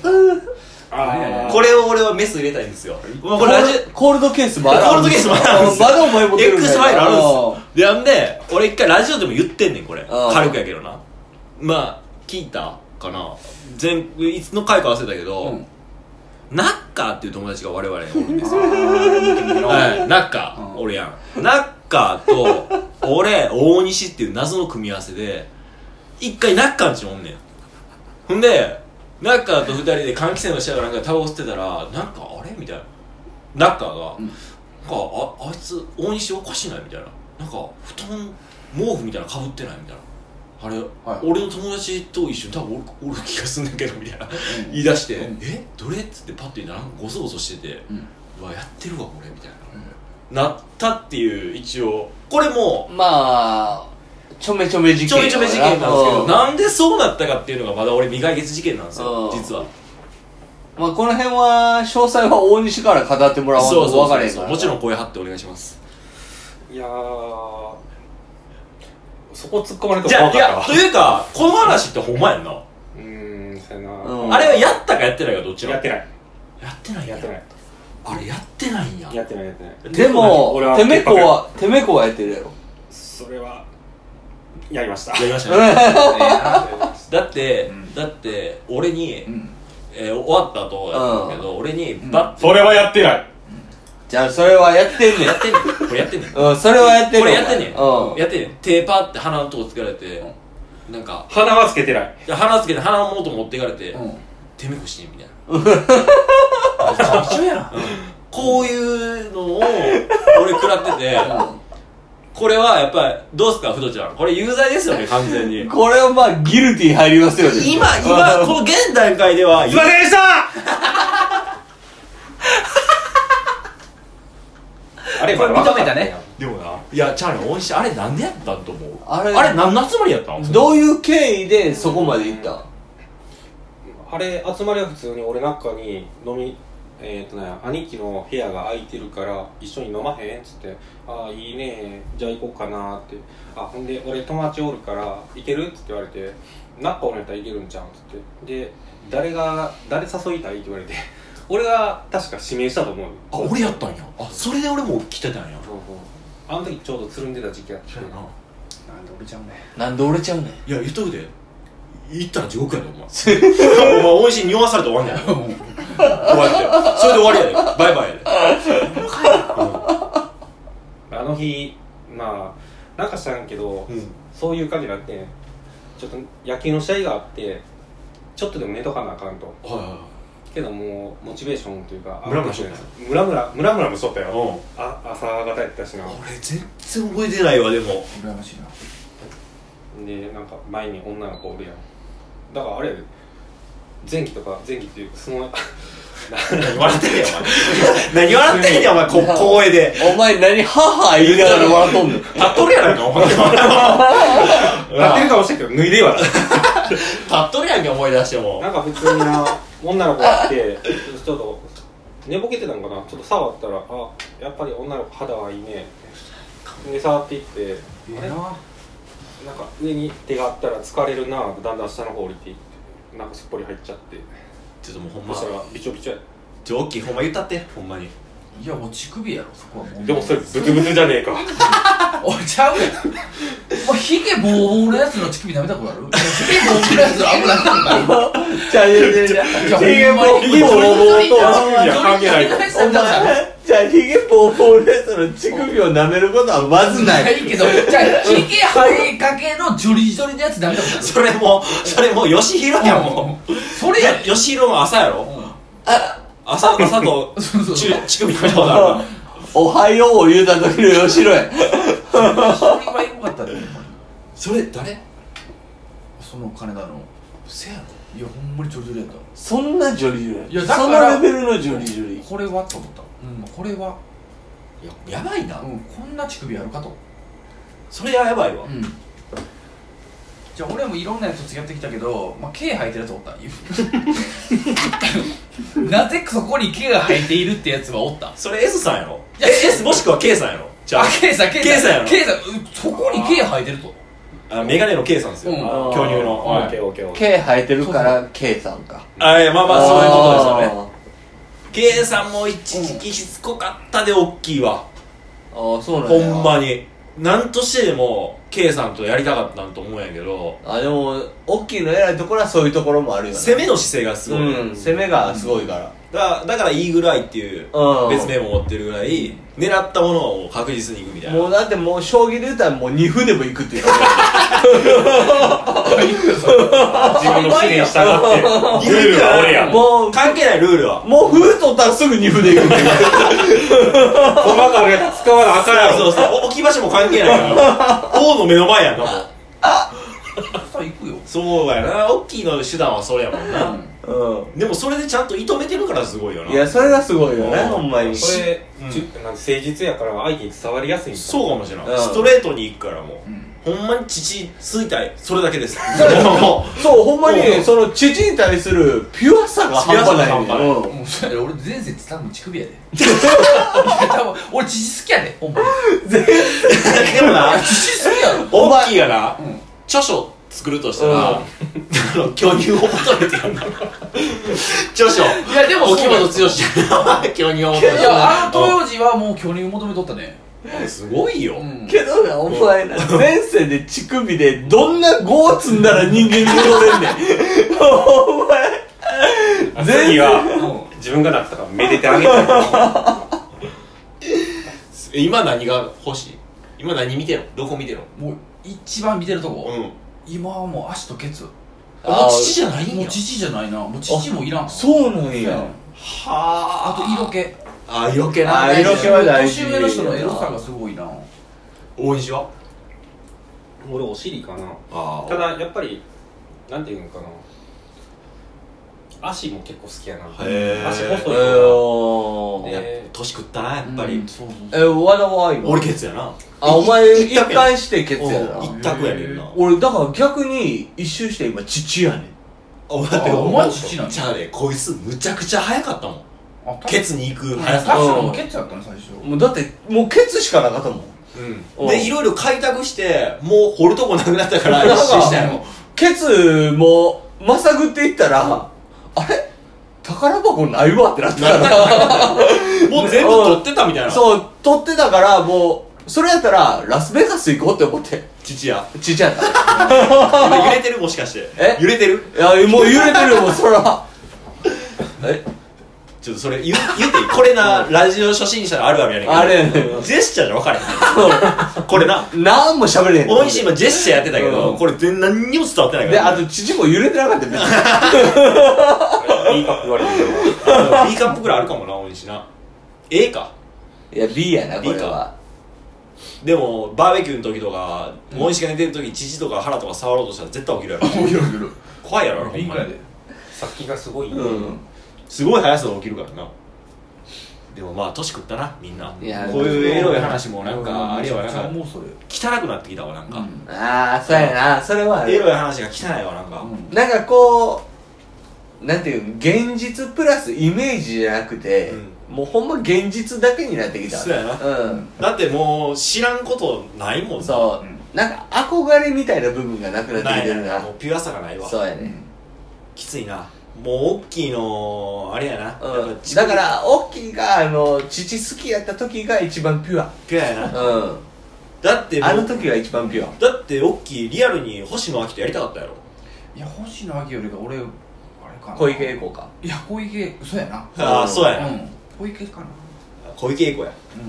D: あ
A: これを俺はメス入れたいんですよ、まあ、 これラジオ
B: コールドケースもある
A: コールドケースもあるんですよ
B: まだお前持ってるんだ
A: X ファイルあるんですよであんで俺一回ラジオでも言ってんねんこれ
B: あー
A: 軽くやけどなまあ聞いたかな前いつの回か忘れたけど、ナッカーっていう友達が我々におるんですよはいナッカーおるやんナッカーと俺大西っていう謎の組み合わせで一回ナッカーんちにおんねんほんでナッカーと二人で換気扇の下かなんかタバコ吸ってたらなんかあれみたいなナッカーが、なんかああいつ大西おかしないみたいななんか布団毛布みたいなかぶってないみたいなあれ、
C: はい
A: 俺の友達と一緒に多分おるおる気がするんだけどみたいな、言い出して「えどれ?」っつってパッと言ったらなんかゴソゴソしてて「うわやってるわこれ」みたいな、なったっていう一応これも
B: まあちょめちょめ事件
A: ちょいちょい事件なんですけど、
B: うん
A: なんでそうなったかっていうのがまだ俺未解決事件なんですよ、
B: うん
A: 実は
B: まあこの辺は詳細は大西から語ってもらわん
A: そう
B: と
A: そう
B: 分か
A: そ
B: れ
A: う
B: へんか
A: そう
B: ら
A: もちろん声張ってお願いします
D: ーいやーそこ突っ込まれた
A: じ
D: ら
A: ゃあい
D: 怖かった
A: や
D: わ
A: というかこの話ってほんまやんな
D: うーんそうやな、
B: うん
A: あれはやったかやってないかどっちなの
D: やってない
A: やってない
D: やってない
A: あれやってないんや
D: やってないやってない
B: でも
D: 俺は
B: てめこはてめこはやってるやろ
D: それはやりました
A: やりましたね
D: う
A: だって、
C: ん
A: だって俺に、
C: ん
A: えー終わった後やったんだけど、俺にバッ
D: それはやってない
B: じゃあそれはやってんね
A: てやってんねんこれやってんねん
B: んうんそれはやってる
A: これやってんねん
B: うん
A: やってんねん手パーって鼻のとこつけられて、なんか
D: 鼻はつけてない
A: いや鼻つけて鼻の元持っていかれて、
C: うん
A: 手めこしてみたいなあ一緒やな、こういうのを俺食らっててこれはやっぱりどうすかふとちゃんこれ有罪ですよね完全に
B: これはまあギルティ入りますよね
A: 今今この現段階では
D: すいませんでしたあれ
C: これ認めたね
A: でもないやチャーリー大西あれなんでやったんと思う
B: あ
A: あ
B: れ
A: れあれ何の集まりやったん
B: どういう経緯でそこまでいったん
D: あれ集まりは普通に俺なんかに飲みえっ、とね兄貴の部屋が空いてるから一緒に飲まへんっつって「ああいいねじゃあ行こうかな」って「あほんで俺友達おるから行ける?」っつって言われて「ナッパおるんやったら行けるんちゃうん」っつってで誰が誰誘いたいって言わ れて俺が確か指名したと思う
A: あ俺やったんやあそれで俺も来てたんや
D: そうそうあの時ちょうどつるんでた時期やって
C: なんで俺ちゃうね
B: なんで俺ちゃうねん
A: いや言っとくで行ったら地獄やでお 前お前大石に匂わされて終わんねんこうやってそれで終わりやでバイバイやで
D: あの日まあなんか知らんけど、
A: うん
D: そういう感じになってちょっと野球の試合があってちょっとでも寝とかなあかんと
A: はいはいはい
D: けどもうモチベーションというか
A: ムラムラしとった
D: ムラムラムラムラもしとったよ
A: うん
D: あ朝方やったしな
A: 俺全然覚えてないわでも
C: 羨ましいな
D: でなんか前に女の子おるやんだからあれやで前期とか前期っていうかその
A: 何笑ってんねんお前 何笑ってんねんお前こ小声で
B: お前何母言いながら笑っとんの
A: 立っとるやないかお 前立
D: なってるかもしれんけど脱いでは
A: っとるやんけ思い出しても
D: なんか普通にな女の子がってちょっと寝ぼけてたんかなちょっと触ったらあやっぱり女の子肌はいいねで触っていってあれなんか上に手があったら疲れるなだんだん下の方降りていってなんかすっぽり入っちゃって
A: ちょっともうほん
D: そ
A: ま
D: したらびちょびちょや
A: ジョッキーほんま言ったってほんまに
C: いやもう乳首やろそこはもう
D: でもそれブツブツじゃねえか
C: おいちゃうやん お前ヒゲボーボーのやつの乳首舐めたことあるいやヒゲボーボーのやつ危なくない
B: ちゃうちゃうちゃう
C: いやほんまに
D: ヒゲボーボーと乳首は
C: 関
D: 関
C: 係
D: 係
C: な
D: ないい
B: お前じゃあヒゲポーポーレスの乳首を舐めることはまずな
C: ないいけどじゃあヒゲ生えかけのジョリジョリのやつ舐めたことある
A: それもそれもう吉弘やも
C: うんそれや
A: ん吉弘も朝やろ朝朝と
C: そうそう
A: ち乳首舐めたことある
B: おはようを言うた時の吉野や
C: それはよかったで
A: それ誰
C: その金田の
A: せやろ
C: いやほんまにジョリジョリやっ
B: そんなジョリジョ
C: い
B: リ
C: やだ
B: そ
C: か
B: の
C: ら
B: レベルのジョリジョリ
C: たこれはと思ったうんこれは
A: やばいな
C: うんこんな乳首あるかと
A: それやばいわ
C: うんじゃあ俺もいろんなやつと付き合ってきたけど、まあ、毛生えてるやつおった なぜそこに毛が生えているってやつはおった
A: それ S さんやろ
C: いや
A: S もしくは K さんやろじゃ
C: あ
A: あ、
C: ケイさんケイ
A: ケイさんやろ
C: ケイさんうそこに毛生えてると
A: あメガネの K さんですよ
C: うん
A: あー巨乳の
C: はい
D: オッケーオッケーオッケー
B: 毛生えてるから K さんか
A: あいやまあまあそういうことですよね
B: ね
A: K さんも一時期しつこかったで大きいわ
B: ああそうなん
A: ほ
B: や
A: んまになんとしてでも K さんとやりたかったんと思うんやけど
B: あでも大きいの偉いところはそういうところもあるよね
A: 攻めの姿勢がすごい、
B: うん攻めがすごいから
A: だからだからイーグルアイっていう
B: うん
A: 別名も持ってるぐらい狙ったものを確実にいくみたい
B: も
A: な
B: うだってもう将棋で言ったらもう2分でも行くっていう
D: 自分の指示に従ってルールは俺 や
B: もう
A: 関係ないルールは
B: もう封取ったらすぐ2分で行くっていう
D: 細かくやつ使わなあかんや
A: そう
D: ろ
A: そうお置き場所も関係ない から王の目の前やんかもう
C: さあ行くよ
A: そうやな大きいの手段はそれやもんな
B: う
A: でもそれでちゃんと射止めてるからすごいよなん
B: いやそれがすごいよね
A: うん
B: ほんまに
D: これ、
A: うん
D: ちゅなんか誠実やから相手に伝わりやすいんだ
A: そうかもしれない、
B: うん
A: ストレートに行くからもう、ほんまに父ついたいそれだけですもう
B: そうほんま
A: う
B: に
A: ん
B: その父に対するピュアさが半端ないね
A: ピュアさが半端
B: うん
C: もうそれ俺前世って多分乳首 やでいや多分俺父好きやでほんまに
A: でもな
C: 父好きやろ
A: 大きいがな、
C: ん
A: 著書作るとしたら、あの巨乳を求めてやんな 著書
C: いやでもそう
A: 沖本剛 巨乳を求め
C: い
A: て
C: やあの東洋人はもう巨乳求めとったね
A: すごいよ、
C: うん
B: けどなお前な前世で乳首でどんなゴーツんなら人間に戻れんねんお前
D: あ次は自分がなったからめでてあげたい
A: 今何が欲しい今何見てんのどこ見てんの
C: もう一番見てるとこ、
A: うん
C: 今はもう足とケツも
A: あ父じゃないん
C: う
A: や
C: 父じゃないなもう父もいらん
B: そうなん
C: うん
B: や
A: は
C: あと色気
A: あ色気
B: あ
A: な
B: ー色気は大事
C: 年上の人のエロさがすごいな
A: 大西は
D: 俺お尻かな
A: あ
D: ただやっぱりなんていうのかな足も結構好きやな
A: へー
D: 足細い
B: え
D: か
B: ー
D: ら、
B: おー
D: で
A: や年食ったなやっぱり、
C: うんそうそう
B: え和田は今
A: 俺ケツやな
B: あお前
A: い
B: 一貫してケツやな
A: うん一択やねんな
B: 俺だから逆に一周して今父やねん
A: おだって
C: あお前父なんや
A: じゃあねこいつむちゃくちゃ早かったもん
C: あ
A: ケツに行く
C: うん
A: 速
C: 確
A: さ
C: かにケツやったね最初
B: もうだってもうケツしかなかったもんうん
A: でいろいろ開拓してもう掘るとこなくなったから一
B: なんか
A: 周したよ
B: ケツもまさぐっていったらあれ宝箱ないわってなったから
A: もう全部取ってたみたいなう
B: そう取ってたからもうそれやったらラスベガス行こうって思って
A: 父や
B: ちっちゃいやっ
A: 今揺れてるもしかして
B: え
A: 揺れてる
B: たいやもう揺れてるよもうそらえ
A: ちょっとそれ言う言っていいこれなラジオ初心者のあるあるやねんけど
B: あれやねん
A: ジェスチャーじゃ分からへんこれな
B: 何も喋れへん
A: 大西今ジェスチャーやってたけど、
B: うん
A: これ全然何にも伝わってないか
B: で、あ
A: ら
B: と、父も揺れてなかったよ別に
D: いカップ割りのよ
A: B カップぐらいあるかもな大西な A か
B: いや、B やな、これ
A: B か
B: は。
A: でもバーベキューの時とか大西が寝てる時父とか腹とか触ろうとしたら 絶対起きるやろ
C: おいろいろ
A: 怖いやろあれほ
C: い
A: ん
C: い
A: ま
C: か
A: に
C: で
D: 先がすごいね、
B: う
A: すごい速さで起きるからなでもまあ年食ったなみんない
B: や
A: こういうエロい話もなんかあれはなんか
C: もうそれ
A: 汚くなってきたわなんか、
B: ん。ああ、そうやな、それはある
A: エロい話が汚いわなんか、
C: うん
B: なんかこう、なんていうの現実プラスイメージじゃなくて、もうほんま現実だけになってきたわね
A: そうやな
B: うん。
A: だってもう知らんことないもんな
B: そう、なんか憧れみたいな部分がなくなって
A: な
B: き
A: い
B: てるな。
A: もうピュアさがないわ
B: そうやね。
A: きついなもう大きいのあれやな、
B: う
A: やっぱ、
B: ん
A: ち
B: だから、オッキーが、あの、父好きやった時が一番ピュア。
A: ピュアやな
B: うん。
A: だってもう
B: あの時が一番ピュア。
A: だって大きいリアルに星野明とやりたかったやろ
C: いや星野明よりが俺あれかな
B: 小池栄子か。
C: いや小池そうやな
A: ああそうやな、
C: うん小池かな
A: 小池栄 子や
C: う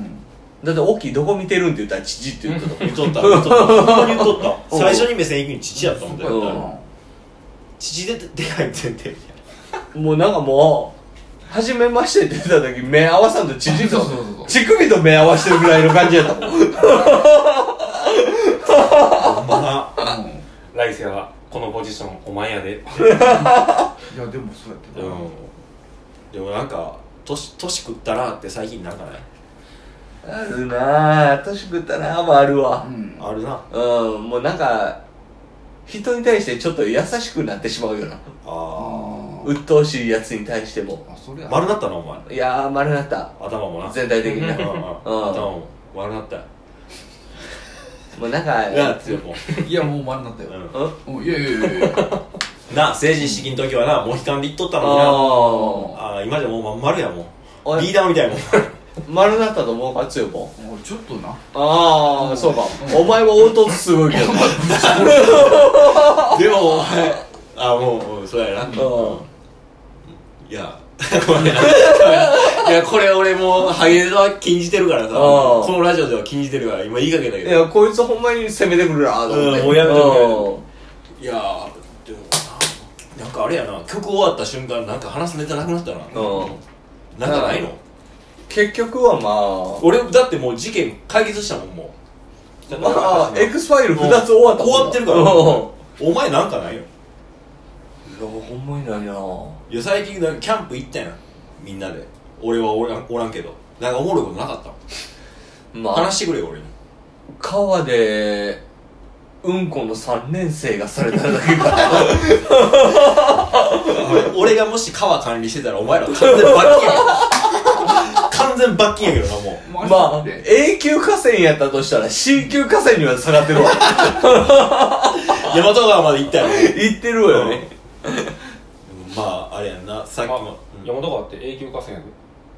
C: ん
B: だって、オッキーどこ見てるんって言ったら、父って言ったとこ。
A: 言っとった言っとったほんまに言っとった最初に目線行くに父やったもんだ
C: そうや
A: よ
C: な
A: 父ででかいって言って
B: もうなんかもう、初めましてって言った時、目合わさんと乳
C: そ
B: と
C: うそうそうそう、
B: 乳首と目合わしてるぐらいの感じやったもん。
A: ほんまな
C: うん
D: 来世はこのポジションお前やで
C: いやでもそうやって た
A: うんでもなんか年年食ったなって最近なんかない
B: あるなぁ、年食ったなぁもあるわ
C: う。ん
A: あるな
B: うん、もうなんか、人に対してちょっと優しくなってしまうよな。
A: あ
C: あ
B: 鬱陶しいやつに対しても。
C: あそれ
A: あ丸
C: だ
A: なったなお前
B: いやー、丸なった。
A: 頭もな
B: 全体的にな。
A: うんうん
B: うん
A: 頭も丸なったよ
B: もうなんか、
A: なあ強いも
C: いやもう丸になったよ
A: う
B: うん
C: うんいやいやいやいや
A: んなあ成人式の時はなモヒカンで行っとったのにな
B: あ
A: ああ今じゃもうまん丸やもん
B: おい
A: リーダーみたいもん
B: ー丸なったと思うか、つよぽん。
C: もうちょっとな
B: ああ、そうか。お前は凹凸すごいけど。
A: でもお前ああもううんそうやないやごめんないやこれ俺もうハゲは禁じてるからさ
B: あ
A: こ
B: あ
A: のラジオでは禁じてるから今言いかけたけ
B: い
A: ど
B: や、こいつほんまに攻めてくるなと思って。
A: うんもうやめてもう
B: うん
A: いやでもななんかあれやな曲終わった瞬間なんか話すネタなくなったな
B: うん
A: なんかないの
B: 結局はま
A: 俺だってもう事件解決したもんも
B: あ、まあ、X ファイル2つ終わった
A: 終わってるから
B: うん
A: お前なんかないよ
B: いや、ほんまにないない
A: や最近なんかキャンプ行ったやんみんなで俺はおらんおらんけどなんかおもろいことなかった
B: まあ、
A: 話してくれよ俺に
B: 川で、うんこの3年生がされただけか。
A: 俺がもし川管理してたらお前ら完全罰金やけど完全罰金やけどなもう
C: ま
B: まあ、A 級河川やったとしたら C 級河川には下がってるわ。
A: 大和川まで行ったやろ
B: 言ってるわよね。
A: まああれやんなさっき
D: まあ
A: も、うん
D: 山田川って永久河川やで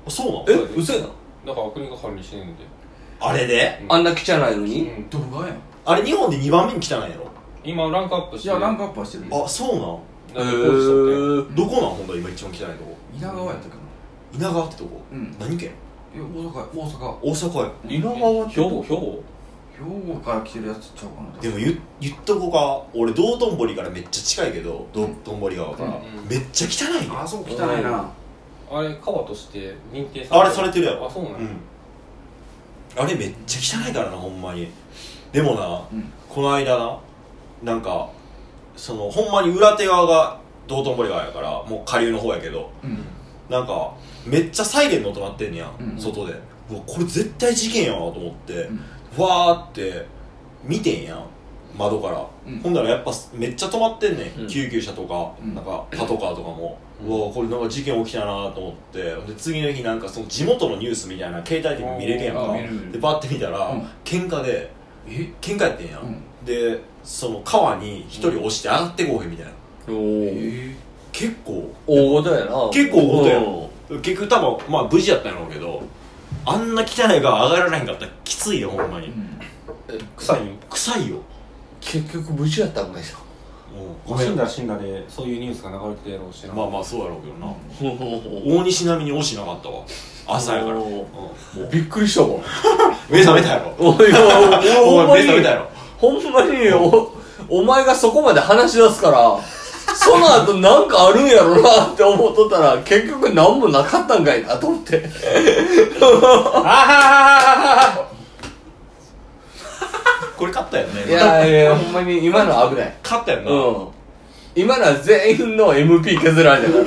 A: あそうなの
B: え、嘘やな。
D: だから国が管理してんねんで
A: あれで
B: あんな汚いのに
D: うん
C: 動画やん
A: あれ日本で2番目に汚いやろ
D: 今ランクアップし
C: い
D: て
C: やランクアップはしてる
A: あそうなん
D: なんか工事しとって
A: どこなんほんと今一番汚いとこ
C: 稲川やったっけな
A: 稲川ってとこ、
C: うん
A: 何県
C: いや大阪大阪
A: 大阪や
B: 稲川って
D: 兵庫兵庫
C: 兵庫から来てるやつちゃうかな
A: でも言言っとこか俺道頓堀からめっちゃ近いけど道頓堀川から、
C: うん
D: うん
A: めっちゃ汚いよ
C: あそう汚いな
D: あれ川として認定さ
A: あれされてるやろ
D: あそうなんや、
A: んあれめっちゃ汚いからなほんまにでもな、
C: うん
A: この間ななんかそのほんまに裏手側が道頓堀川やからもう下流の方やけど
C: うん
A: なんかめっちゃサイレンの音鳴ってんねや、
C: うん
A: ん、外でうわこれ絶対事件やわと思って、
C: ん
A: わーって見てんやん窓から、
C: うん
A: ほんだらやっぱめっちゃ止まってんねん、
B: うん
A: 救急車とか、
C: うん
A: なんかパトカーとかも、
D: う
A: うんわーこれなんか事件起きたなと思ってで次の日なんかその地元のニュースみたいな携帯で見れるやん
C: あ
A: か
C: 見る見る
A: でパッて見たら、
C: うん
A: 喧嘩で
C: え
A: 喧嘩やってんやん、
C: うん
A: でその川に一人落ちて上がってこうへんみたいな
B: お
C: え
B: ー
C: ー
A: 結構
B: 大ごとやな。
A: 結構大事や
B: うん
A: 結局多分まあ無事やったんやろうけどあんな汚いが上がられへんかったらきついよほんまに、
C: うん
D: 臭いん
A: 臭いよ
B: 結局無事やったんかいな
A: ごめ
D: 死
A: ん
D: んだら死んだでそういうニュースが流れてたやろうしな、
A: まあまあそうやろうけどな
C: ほうほうほう
A: 大西並みに惜しなかったわ朝やから
C: おー
B: もうびっくりしたもん
A: 目覚めたやろ
B: おいおいおい
A: お前目覚めたや ろ
B: ほんまにおお前がそこまで話し出すからその後なんかあるんやろなって思っとったら結局何もなかったんかいなと思って
A: これ勝ったよね
B: いやいやほんまに今のは危ない
A: 勝ったよな、
B: うん今のは全員の MP 削られたか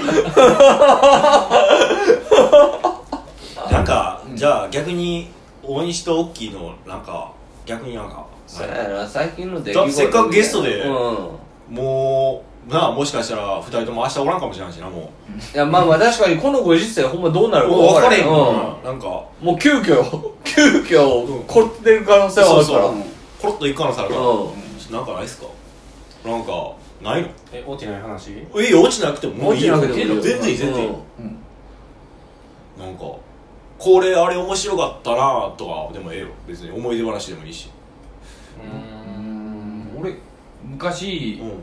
B: ら
A: なんか、じゃあ逆に大西とオッキーのなんか逆になんか
B: そうやな最近の出来
A: だって
B: 事
A: せっかくゲストで
B: うん
A: もうなあもしかしたら2人とも明日おらんかもしれんしなも
B: いやまあまあ確かにこのご時世ほんまどうな
A: う
B: るか
A: もう分かれへ
B: へ
A: ん
B: ん
A: か
B: う
A: ら
B: ん
A: な、なんか
B: もう急遽急遽凝ってる可能性はあるから
A: そうコロッといくかなされから、
B: うん
A: なんかないっすかなんかないの
D: え落ちない話
A: えいいよ落ちなくてももういいよ
B: 落ちなくてもいいよ
A: 全然いい全然いい、
B: うん
C: うん
A: なんかこれあれ面白かったなとかでもええよ別に思い出話でもいいし
D: う
C: うんん俺昔、
A: うん
C: っ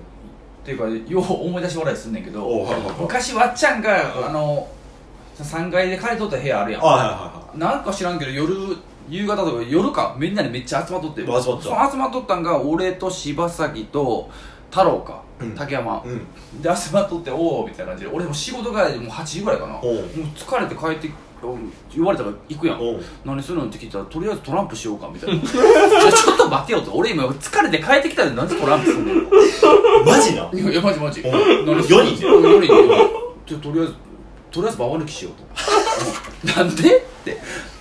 C: ていうかよう思い出してもらいすんねんけど
A: おはいはいはい
C: 昔わっちゃんがあの3階で借りとった部屋あるやん
A: あはいは
C: なんか知らんけど夜夕方とか夜かみんなにめっちゃ集まっとって
A: 集まっとった
C: その集まっとったんが俺と柴崎と太郎か、
A: うん
C: 竹山
A: いはい、うん
C: で集まっとっておおみたいな感じで俺も仕事帰りでもう8時ぐらいかなも
A: お
C: う
A: う
C: 疲れて帰って言われたから行くやん
A: おう
C: 何するのって聞いたらとりあえずトランプしようかみた いなじゃあちょっと待てよと俺今疲れて帰ってきたのになんでトランプすんねん
A: マジな
C: いやいやマジマジ
A: おう
C: 何する
A: 4人で
C: 4人でじゃあとりあえずとりあえずババ抜きしよう となんでって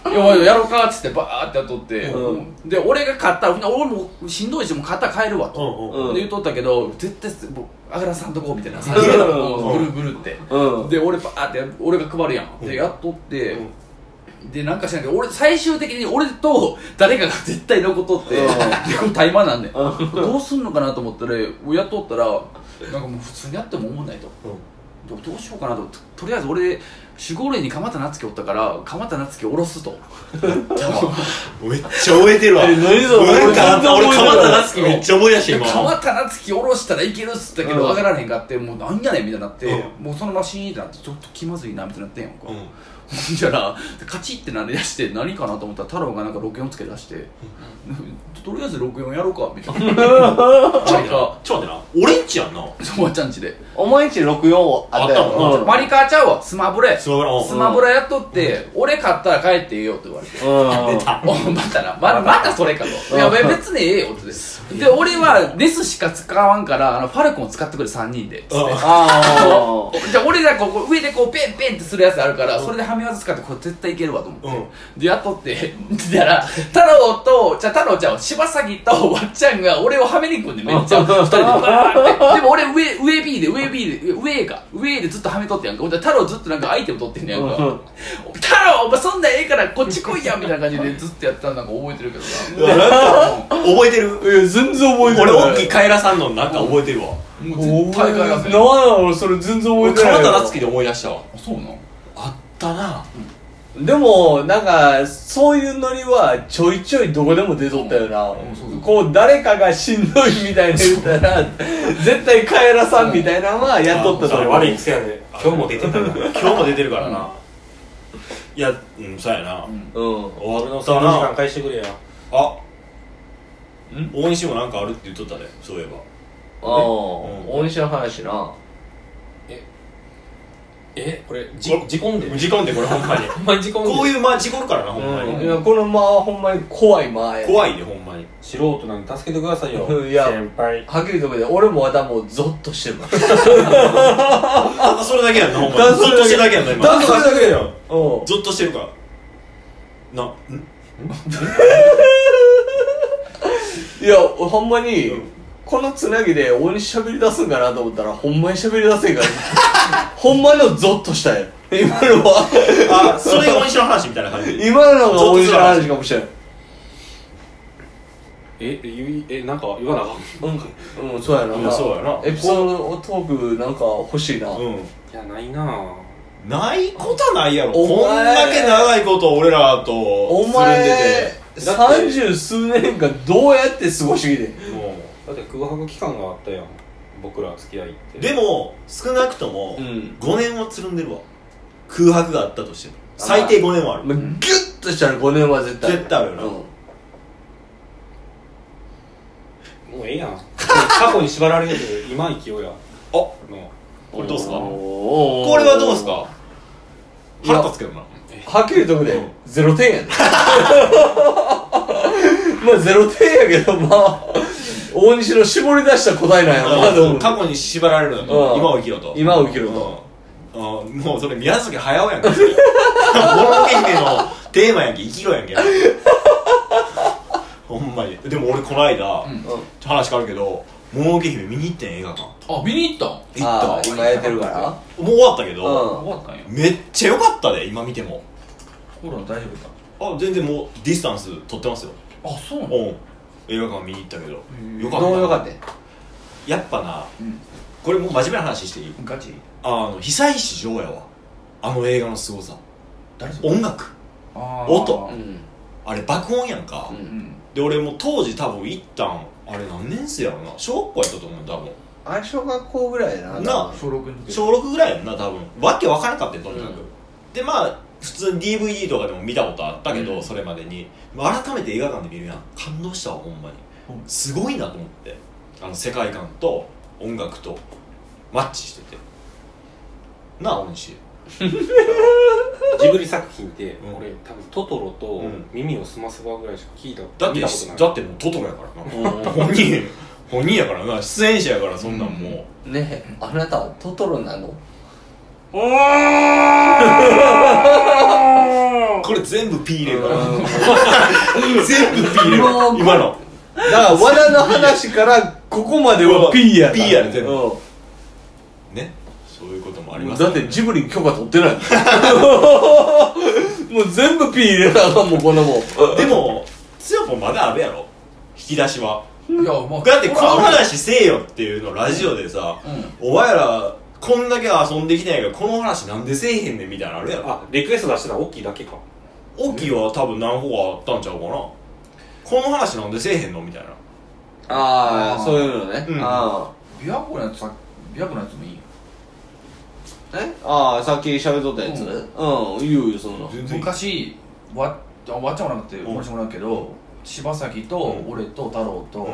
C: いやおいやろうかっつってバーってやっとって、
B: う
C: で俺が勝ったらほな俺もしんどいしもう勝ったら帰るわ
A: う
C: と、
A: んうん
B: うん
C: で言うとったけど絶対すもうあがらさんとこうみたいなさ、
B: う
C: ぐるぐるって、
B: うん
C: で俺バーって俺が配るやん、でやっとって、でなんか知らんけど俺最終的に俺と誰かが 絶対残っとって、
B: うん
C: でこれ怠慢なんねん、どうすんのかなと思ったらやっとったらなんかもう普通にやっても思んないと、どどうしようかなと思ってとりあえず俺守護霊に鎌田夏樹おったから鎌田夏樹おろす と
A: めっちゃ覚えてるわ。
B: え何それ
A: なんかあった、
B: 俺
A: 俺、
B: 全然覚えてな
A: 鎌
B: い
A: 田夏樹めっちゃ思い出して、
C: で
A: 今。
C: 鎌田夏樹おろしたらいけるっつったけど
B: うん
C: 上がらへんかってもうなんやねんみたいになって、もうそのままシーンってなってちょっと気まずいなみたいになってんやんか、
A: うん。
C: ほんじゃらカチッってなりだして何かなと思ったら太郎がなんか64つけ出して「とりあえず64やろうか」みた
A: ちょっ
C: いななんか
A: と待ってな。俺んちやんな。
C: そばちゃんちで
B: お前んち64あった
A: あったもん
B: よ
A: な
C: マリカーちゃうわスマブラや
A: スマブラ、
C: スマブラやっとって俺買ったら帰っていいよって言われて
B: うんうん
C: おまたなままたそれかといやべ別にええよってでで俺はネスしか使わんからあのファルコン使ってくれ3人でつって
A: うん
B: あ
C: おじゃあ俺らここ上でこうペンペンってするやつあるからそれではみ技使ってこれ絶対いけるわと思って、でやっとって だから太郎とじゃあ太郎ちゃん柴崎とわっちゃんが俺をはめに行くんでめっちゃ二人でバーってでも俺上上 B で上 B で上か上でずっとはめとってやんかほんで太郎ずっとなんかアイテム取ってんねやんか
B: うん
C: 太郎お前そんなんええからこっち来いやみたいな感じでずっとやったのなんか覚えてるけど
A: うわ なんか、覚えてる
B: あいや全然覚えてな
A: 俺、
B: い
A: 大きいカエラさんのなんか覚えてるわ。
C: なもう絶対帰ら
B: な
C: せ
B: んや俺それ全然覚え
A: 俺、
B: てない
A: 鎌田夏樹で思い出したわ。
C: そうなん
A: あったな。
B: でもなんかそういうノリはちょいちょいどこでも出とったよな、
C: んうんそうそう
B: こう誰かがしんどいみたいな言ったら絶対カエラさんみたいなのはやっとったと
D: そ
B: 思
D: れ
B: う
D: 悪い癖やで今日も出てたんだ
A: 今日も出てるからな。いや、うん、そうやな。
B: うん
A: 終
D: 俺
A: わ
D: の
A: っ
D: その
A: た
D: 時間
A: な。
D: 返してくれや
A: あ大西もなんかあるって言っとったで、そういえば。
B: ああ大西の話な
D: えこれ
A: これ
D: じ事故んで
A: 事故んで、これ、ほんまに。
D: ほんまに事故ん で
A: こういう間、事故るからな、ほんま
B: うん、
A: に。
B: いやこの間はほんまに怖い間や
A: 怖いね、ほんまに。
D: 素人なんで助けてくだ さいよ
B: いや
D: 先輩
B: はっきりとこで俺もまたもうゾッとしてる
A: ただそれだけやんな、ほんまに。
B: だ
A: ずっ
B: それ
A: と
B: だけ
A: してるだけやんな、今。
B: だそれだけだ
A: よ。
B: うん
A: ゾッとしてるからな、ん
B: いやほんまに、このつなぎで大西喋り出すんかなと思ったらほんまに喋り出せんから ほんまのゾッとしたよ今のは
A: あ、それが大西の話みたいな感じ
B: 今のが大西の話かもしれん
D: えゆいえなんか言わなあかっ
B: うん、うん、そうやな、
A: うんそうやな
B: エピソードトークなんか欲しいな、
A: う
D: たいやないなあ
A: んないことはないやろ
B: お前
A: こんだけ長いこと俺らとつ
B: お
A: るん
B: 前
A: で
B: 三十数年間どうやって過ごしてきてん
A: ても
D: だって空白期間があったやん
A: う
D: 僕ら付き合いって
A: でも少なくとも
B: うん
A: 5年はつるんでるわ空白があったとしても最低5年はあ
B: ま
A: る
B: あギュッとしたら5年は絶対
A: 絶対あるよな
B: うん
D: もうええやん過去に縛られる今勢いや
A: あ
D: も
A: これどうすか
B: おー
A: これはどうですか
B: いや
A: 腹立つけどな
B: はっきり言うとくで、 ゼロ点やねまあゼロ点やけどまあ大西の絞り出した答えなんやろなと思う
A: 過去に縛られるのと
B: うん
A: 今を生きろと
B: 今を生きろと
A: うんあもうそれ宮崎駿やんけもののけ姫のテーマやんけ生きろやんけ ほんまにでも俺この間、
C: うん
A: 話変わるけど「もののけ姫」見に行ってん映画館
C: あ見に行ったん
B: あ
A: 行っ
B: ー
A: た
B: 今やってるから
A: もう終わったけ
B: う
A: ど、
B: ん
C: 終わったんや
A: めっちゃ良かったで今見ても
C: コロナ大丈夫
A: あ
C: か
A: 全然もうディスタンス取ってますよ
C: あそうな
A: う
C: の
A: ん映画館見に行ったけど
C: ー
A: よかった
B: どうよかったん
A: やっぱな
C: うん
A: これもう真面目な話していい
C: ガチ
A: あの久石譲やわあの映画の凄さ
C: 誰それ
A: 音楽
C: あー
A: 音
B: うん
A: あれ爆音やんか、
B: うん
C: うん
A: で俺も当時多分一旦あれ何年生やろな小学校やったと思う多分
B: あれ小学校ぐらいやな
A: なあ
C: 小6の時
A: 小6ぐらいやんな多分わけわからんかったよとにかく、
B: うん
A: でまあ普通に DVD とかでも見たことあったけど、
B: うん
A: それまでに改めて映画館で見るやん感動したわほんまに、
C: うん
A: すごいなと思ってあの世界観と音楽とマッチしててなあ大西
D: うジブリ作品っ
A: う
D: て、
A: ん
D: 俺多分トトロと
A: うん
D: 耳をすませばぐらいしか聞いた
A: だって
D: 見たことない
A: だってもうトトロやからな
B: う
A: 本人本人やからな出演者やからそんなんもう、
B: んねえあなたはトトロなの
A: これ全部 P 入れるか
B: う
A: ら
B: ん
A: 全部 P 入れる
B: もう
A: 今の
B: だから和田の話からここまでは P やから
A: P やね全部
B: うん
A: ねそういうこともあります
B: だってジブリに許可取ってないもう全部 P 入れなあかんもんこんなもん
A: でも強もまだあるやろ引き出しはい
C: やまあ
A: だってこの
C: ほら
A: 話せえよっていうのラジオでさ、お前らこんだけ遊んできたんやけどこの話なんでせえへんねんみたいなのあるやろ
D: あリクエスト出してたの大きいだけか
A: 大きいは多分何個かあったんちゃうかなこの話なんでせえへんのみたいな
B: あ
C: あー
B: あそういうのね、
A: うん
B: あ
C: 琵琶湖のやつさ琵琶湖のやつもいいよ
B: あえああさっき喋っとったやつ
C: う
B: うん、言うよそんな
A: 全然いい
C: 昔わあわっちゃんおらなくて
A: ん
C: 話してもらうけど柴咲と
A: うん
C: 俺と太郎と、
A: うん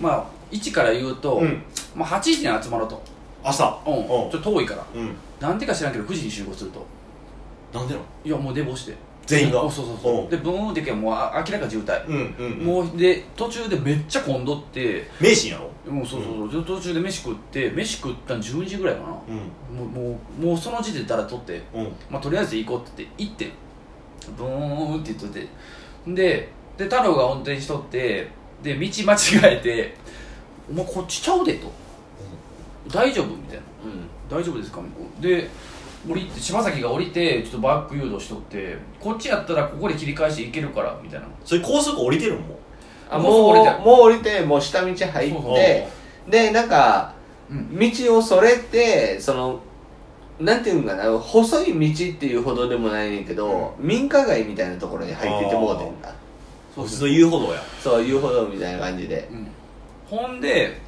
C: まあ1から言うと、
A: うん
C: まあ、8時に集まろうと、
A: 朝
C: うんちょっ
A: う
C: と遠いから
A: ん、うん、
C: なんでか知らんけど9時に集合すると
A: なんでなの
C: いやもう寝坊して
A: 全員が
C: おそうそうそううんでブーンってけばもうあ明らか渋滞、
A: うんうんうん
C: もうで途中でめっちゃ混んどって
A: 名神やろ
C: もうそうそうそう、途中で飯食って飯食ったん12時ぐらいかなも
A: う
C: うもうもうその時点でだらとって
A: んうん
C: まあ、とりあえず行こうって言って行ってブーンって言っとってでで太郎が運転しとってで道間違えて「お前こっちちゃうで」と「大丈夫?」みたいな「大丈夫ですか?」で降りて柴崎が降りてちょっとバック誘導しとって「こっちやったらここで切り返していけるから」みたいな
A: それ高速降りてるもん
B: あ
C: も
B: も
C: う
B: う
C: 降りて
B: もう降りてもう下道入って
C: そう
B: でなんか
C: うん
B: 道をそれてそのなんていうんかな細い道っていうほどでもないねんけど、民家街みたいなところに入っててもうてんだ
A: うちの遊歩道や
B: そう遊歩道みたいな感じで
C: うんほんで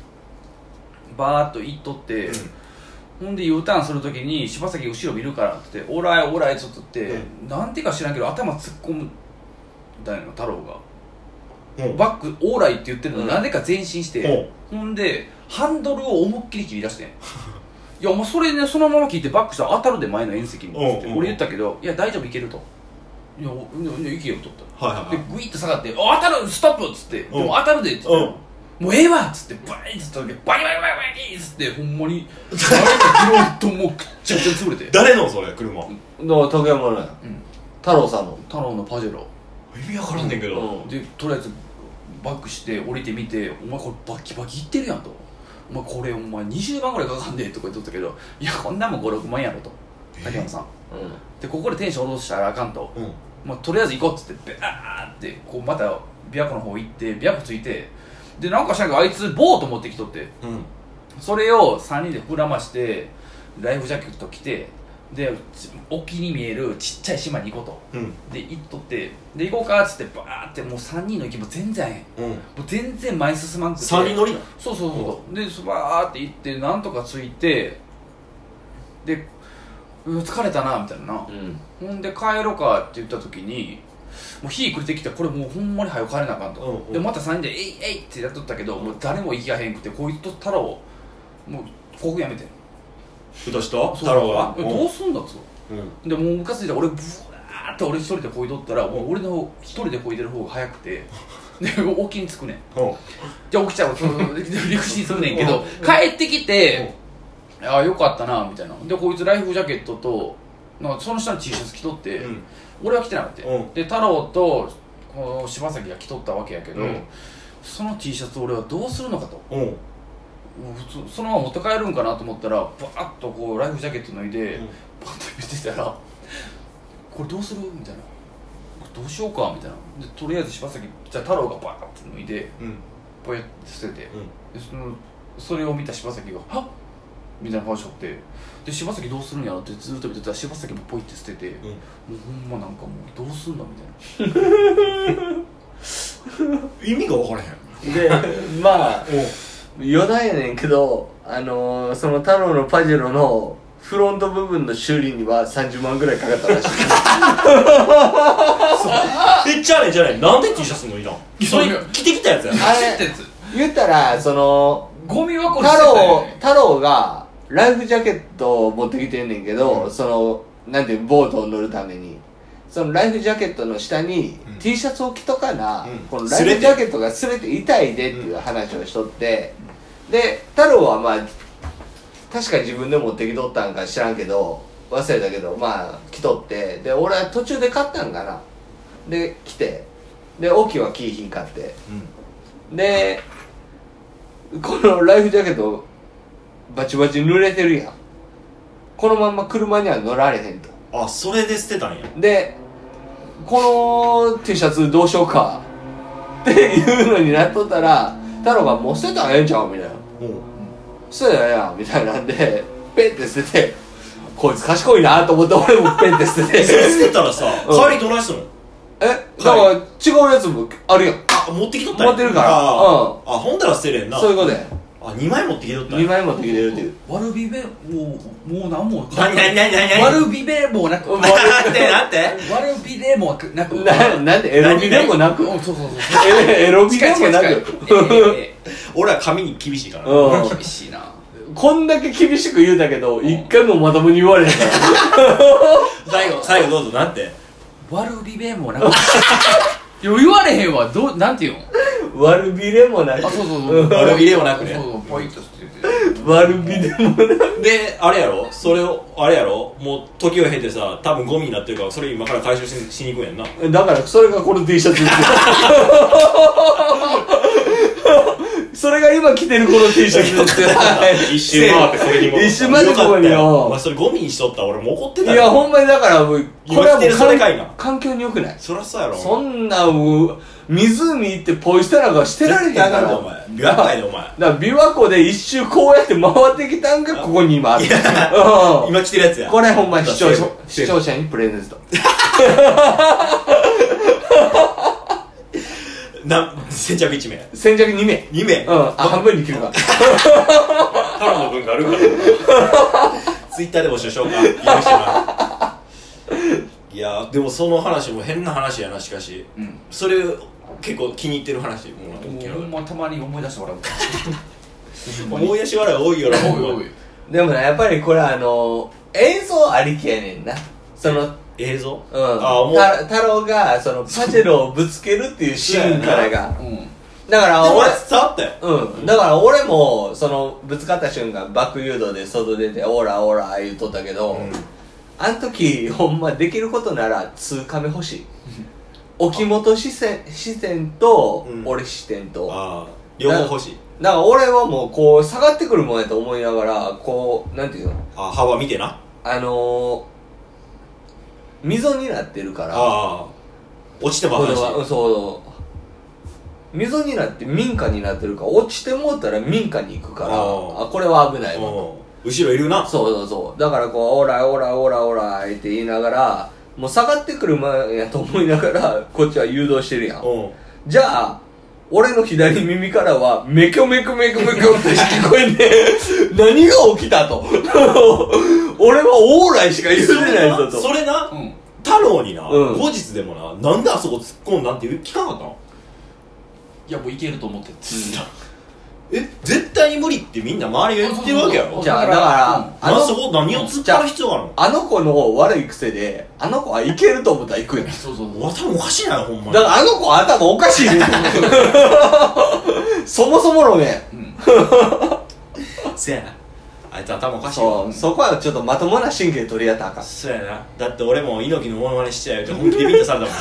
C: バーッと行っとって、ほんで U ターンするときに柴崎後ろ見るからって言って「オーライオーライ」っつっとって、なんてか知らんけど頭突っ込むだよな太郎が、
A: うん
C: バック「オーライ」って言ってるの
B: うん
C: になぜか前進して、ほんでハンドルを思いっきり切り出してんいやお前それねそのまま聞いてバックしたら当たるで前の縁石にっつって
A: うんうん
C: 俺言ったけど「いや大丈夫いける」と「いやおいやいやいけよ」と言ったら
A: はいはいは
C: で
A: い
C: グイッと下がって「お当たるストップ!」っつって「でも当たるで」っつって「
A: うん
C: もうええわ!」っつってバインっつった時バリバリバリバリっつってほん まに誰かギロンともうくっちゃくちゃ潰れて
A: 誰のそれ車意
B: の竹山のや、
C: うん
B: 太郎さんの
C: 太郎のパジェロ
A: 味わからんねんけど
B: うん
C: でとりあえずバックして降りてみて「お前これバキバキいってるやん」と「お前これお前20万ぐらいかかんねえ」とか言っとったけど「いやこんなもん56万やろ」と竹山さんでここでテンション落としたらあかんと
A: うん
C: まあ、とりあえず行こうっつってベアーってこうまた琵琶湖の方行って琵琶湖着いてでなんかしらんけどあいつボート持ってきとって
A: うん
C: それを3人で膨らましてライフジャケット着てでち沖に見えるちっちゃい島に行こうと、
A: うん
C: で行っとってで行こうかっつってバーってもう3人の行きも全然合えへん
A: うん
C: もう全然前進まんくて
A: 3人乗りなの
C: そうそうそう、でそばーって行ってなんとか着いてでうわ疲れたなみたいな、
B: うん
C: ほんで帰ろうかって言った時にもう日暮れてきてこれもうほんまに早く帰れなあかんと、
A: うんうん
C: でまた3人で「えいえい」ってやっとったけど、もう誰も行きやへんくてこいつと太郎もう航空やめて
A: 私と太郎が
C: えどうすんだっつうの
D: うん
C: でもうムカついて俺ブワーって俺一人でこいとったら、もう俺の一人でこいでる方が早くてで沖に着くねん
A: うん
C: じゃあ起きちゃうその陸地にするねんけど帰ってきてああよかったなみたいなでこいつライフジャケットとなんかその下の T シャツ着とって、
A: うん
C: 俺は着てなくて、
A: うん
C: で太郎とこの柴崎が着とったわけやけど、
A: うん
C: その T シャツ俺はどうするのかと
A: うん
C: もう普通そのまま持って帰るんかなと思ったらバーッとこうライフジャケット脱いで、
A: うん
C: パッと見てたら「これどうする?」みたいな「どうしようか」みたいなでとりあえず柴崎じゃあ太郎がバーッと脱いで
A: うん
C: ポヤッて捨てて、でそのそれを見た柴崎が「はっ!」みたいな顔しちゃってで柴崎どうするんやろってずっと見てたら柴崎もポイって捨てて、もうほんまなんかもうどうすんだみたいな
A: 意味が分からへん
B: でまあ余談やねんけどあのー、その太郎のパジェロのフロント部分の修理には30万ぐらいかかったらしい
A: えじゃあねじゃあねなんで T シャツ脱いだんそれ着てきたやつや
B: あ
C: 走った
B: れ
C: やつ
B: 言ったらその
C: ゴミ
B: 太
C: 箱に捨てたよ
B: 郎
C: ね
B: 太郎がライフジャケットを持ってきてんねんけど、そのなんていうボートを乗るためにそのライフジャケットの下に
A: うん
B: T シャツを着とかな、
A: うん
B: このライフジャケットがすれて痛いでっていう話をしとって、で太郎はまあ確か自分で持ってきとったんか知らんけど忘れたけどまあ着とってで俺は途中で買ったんかなで来てで大きは着いひん買ってでこのライフジャケットバチバチ濡れてるやんこのまんま車には乗られへんと
A: あそれで捨てたんや
B: でこの T シャツどうしようかっていうのになっとったら太郎が「もう捨てたらええんちゃう?」みたいな
A: うん
B: 「捨てたらええやん」みたいなんでペンって捨ててこいつ賢いなと思って俺もペンって捨てて
A: それ捨 てたらさ
B: うん
A: 帰りどないすんの
B: えだから違うやつもあるやん
A: あ持ってきとったんや
B: 持ってるから
A: あー
B: う
A: あほんだら捨てれんな
B: そういうことや
A: あ2枚持ってきとったん
B: 2
A: や
B: 枚持ってきてるっていう
C: わるびべもうもう何も
A: 何何何何何
C: わるびべもなく わ
A: なんてなんて
C: るびれもなくなく
B: ななんでエロビでもなく
C: うんそうそうそう
B: エエロビでもな
C: 近い
B: く
C: 近い近いえ
A: 俺は髪に厳しいからな
C: えええ
B: う
C: 厳しいなん
B: こんだけ厳しく言うたけど一回もまともに言われへんから
A: 最後最後どうぞなんて
C: わるびべもなくいや言われへんわどうなんて言うん
B: 悪びれもなく
C: あそうそうそう
A: 悪びれもなくね
C: そうそうポイッとしてて
B: 悪びれもなく
A: であれやろそれをあれやろもう時を経てさ多分ゴミになってるからそれ今から回収ししに行くんやんな
B: だからそれがこの T シャツ ですそれが今着てるこの T シャツです
A: 一周回ってこれに戻った
B: 一周回ってここによ
A: お前それゴミにしとったら俺もう怒って
B: い
A: た
B: やほんまにだからもうこれ
A: 今
B: はも
A: 着てるそれ
B: う
A: かいな
B: 環環境に良くない
A: そりゃそうやろ
B: そ
A: なん
B: なもう湖行ってポイしたらがしてられへん
A: 絶対
B: か
A: あからんでお前琵琶湖やでお前
B: だから琵琶湖で一周こうやって回ってきたんがここに今ある、うん
A: 今着てるやつや
B: これほんまに視聴者
A: そう
B: 視聴者にプレゼント
A: な先着1名
B: 先着2名
A: 2名
B: うんあ半分に切るか
A: 太郎の分があるからツイッターで募集しようかいい人ないやでもその話も変な話やなしかし、
C: ん
A: それ結構気に入ってる話もら
C: もうほんまたまに思い出してもらう ほんまに
A: 思い出し笑い多いよなほんま
C: おいおい
B: でもなやっぱりこれあの映像ありきやねんなそのうん
A: 映像ああもう
B: た太郎がそのパチェロをぶつけるっていうシーンからが
C: うん
B: だから
A: でも
B: 俺
A: 伝わったよ
B: うん、だから俺もそのぶつかった瞬間バック誘導で外出て「オーラオーラ」言うとったけど、
A: うん
B: あん時ほんまできることなら通カメ欲しい沖本視線視線と
A: うん
B: 俺視点と、
A: ああ両方欲しい
B: だから俺はもうこう下がってくるもんやと思いながらこうなんていうの
A: あ幅見てな
B: あのー、溝になってるから
A: ああ落ちても
B: これ
A: 話
B: はうんそう溝になって民家になってるから落ちてもうたら民家に行くから
A: あー
B: あこれは危ないわ
A: う後ろいるな
B: そうそうそうだからこうオーライオーライオーライオーライって言いながらもう下がってくる前やと思いながら こっちは誘導してるやん
A: うん
B: じゃあ俺の左耳からはめきょめきょめきょめきょって聞こえて 何が起きたと 俺はオーライしか言うてないぞと
A: それな
C: うん
A: 太郎にな、
B: うん
A: 後日でもななんであそこ突っ込んだんって聞かなかったの
C: いやもういけると思ってつった
A: え絶対に無理ってみんな周りが言ってるわけやろ
B: じゃあだから
A: あそこ何を突っ張る必要があるの
B: あの子の悪い癖であの子はいけると思ったら行くやん
C: そうそうそう
A: 俺多分おかしいなよほんまに
B: だからあの子は頭おかしいね そもそものね
A: せやなあいつ頭おかしい
B: そ
A: わ
B: うそこはちょっとまともな神経取り合ったらあかん
A: そうやなだって俺も猪木のモノマネしちゃうよって本気でビンタされたも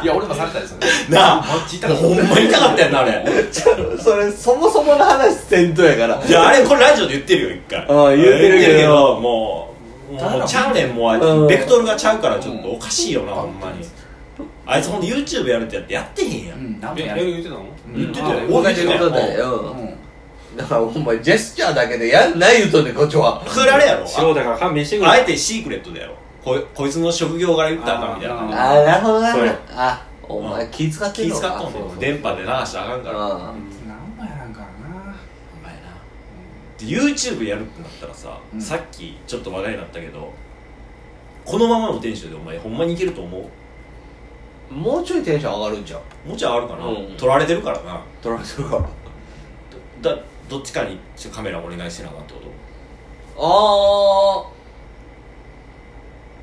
A: ん
C: いや俺もされたですよね
A: なな
C: マジ痛
A: あ
C: かった
A: ほんま痛かったやんなあれ
B: それそもそもの話せんとや から
A: いやあれこれラジオで言ってるよ一回
B: ああ言ってるけど
A: もう
C: ただ
A: もうちゃうねんもうあい
B: うん
A: つベクトルがちゃうからちょっとおかしいよなほんまにあいつほんと YouTube やるってやってやってへんや
C: うんん何も
D: え
C: や
D: や
C: る
D: る言ってたの
A: 言ってたよ
B: 同じことだようんだからお前ジェスチャーだけでやんない言うとんねんこっちは
A: それあれやろ
D: 素人だから勘弁してくれ
A: あえてシークレットだよこいこいつの職業から言ったらあかんみたいな感じ
B: ああなるほどな
D: そうや
B: あお前
A: うん
B: 気使ってん
A: 気
B: の
A: 使っとん
B: ね
A: ねん電波で流したらあかんからお
C: 何もやらんからな
A: 前なで YouTube やるってなったらさ、
C: うん
A: さっきちょっと話題になったけどこのままのテンションでお前ほんまにいけると思う
B: もうちょいテンション上がるんじゃん
A: もうちょいあるかな、
B: うん
A: 取られてるからな
B: 取られてるから
A: だどっちかにちょカメラお願いしてなあかんってこと
B: あ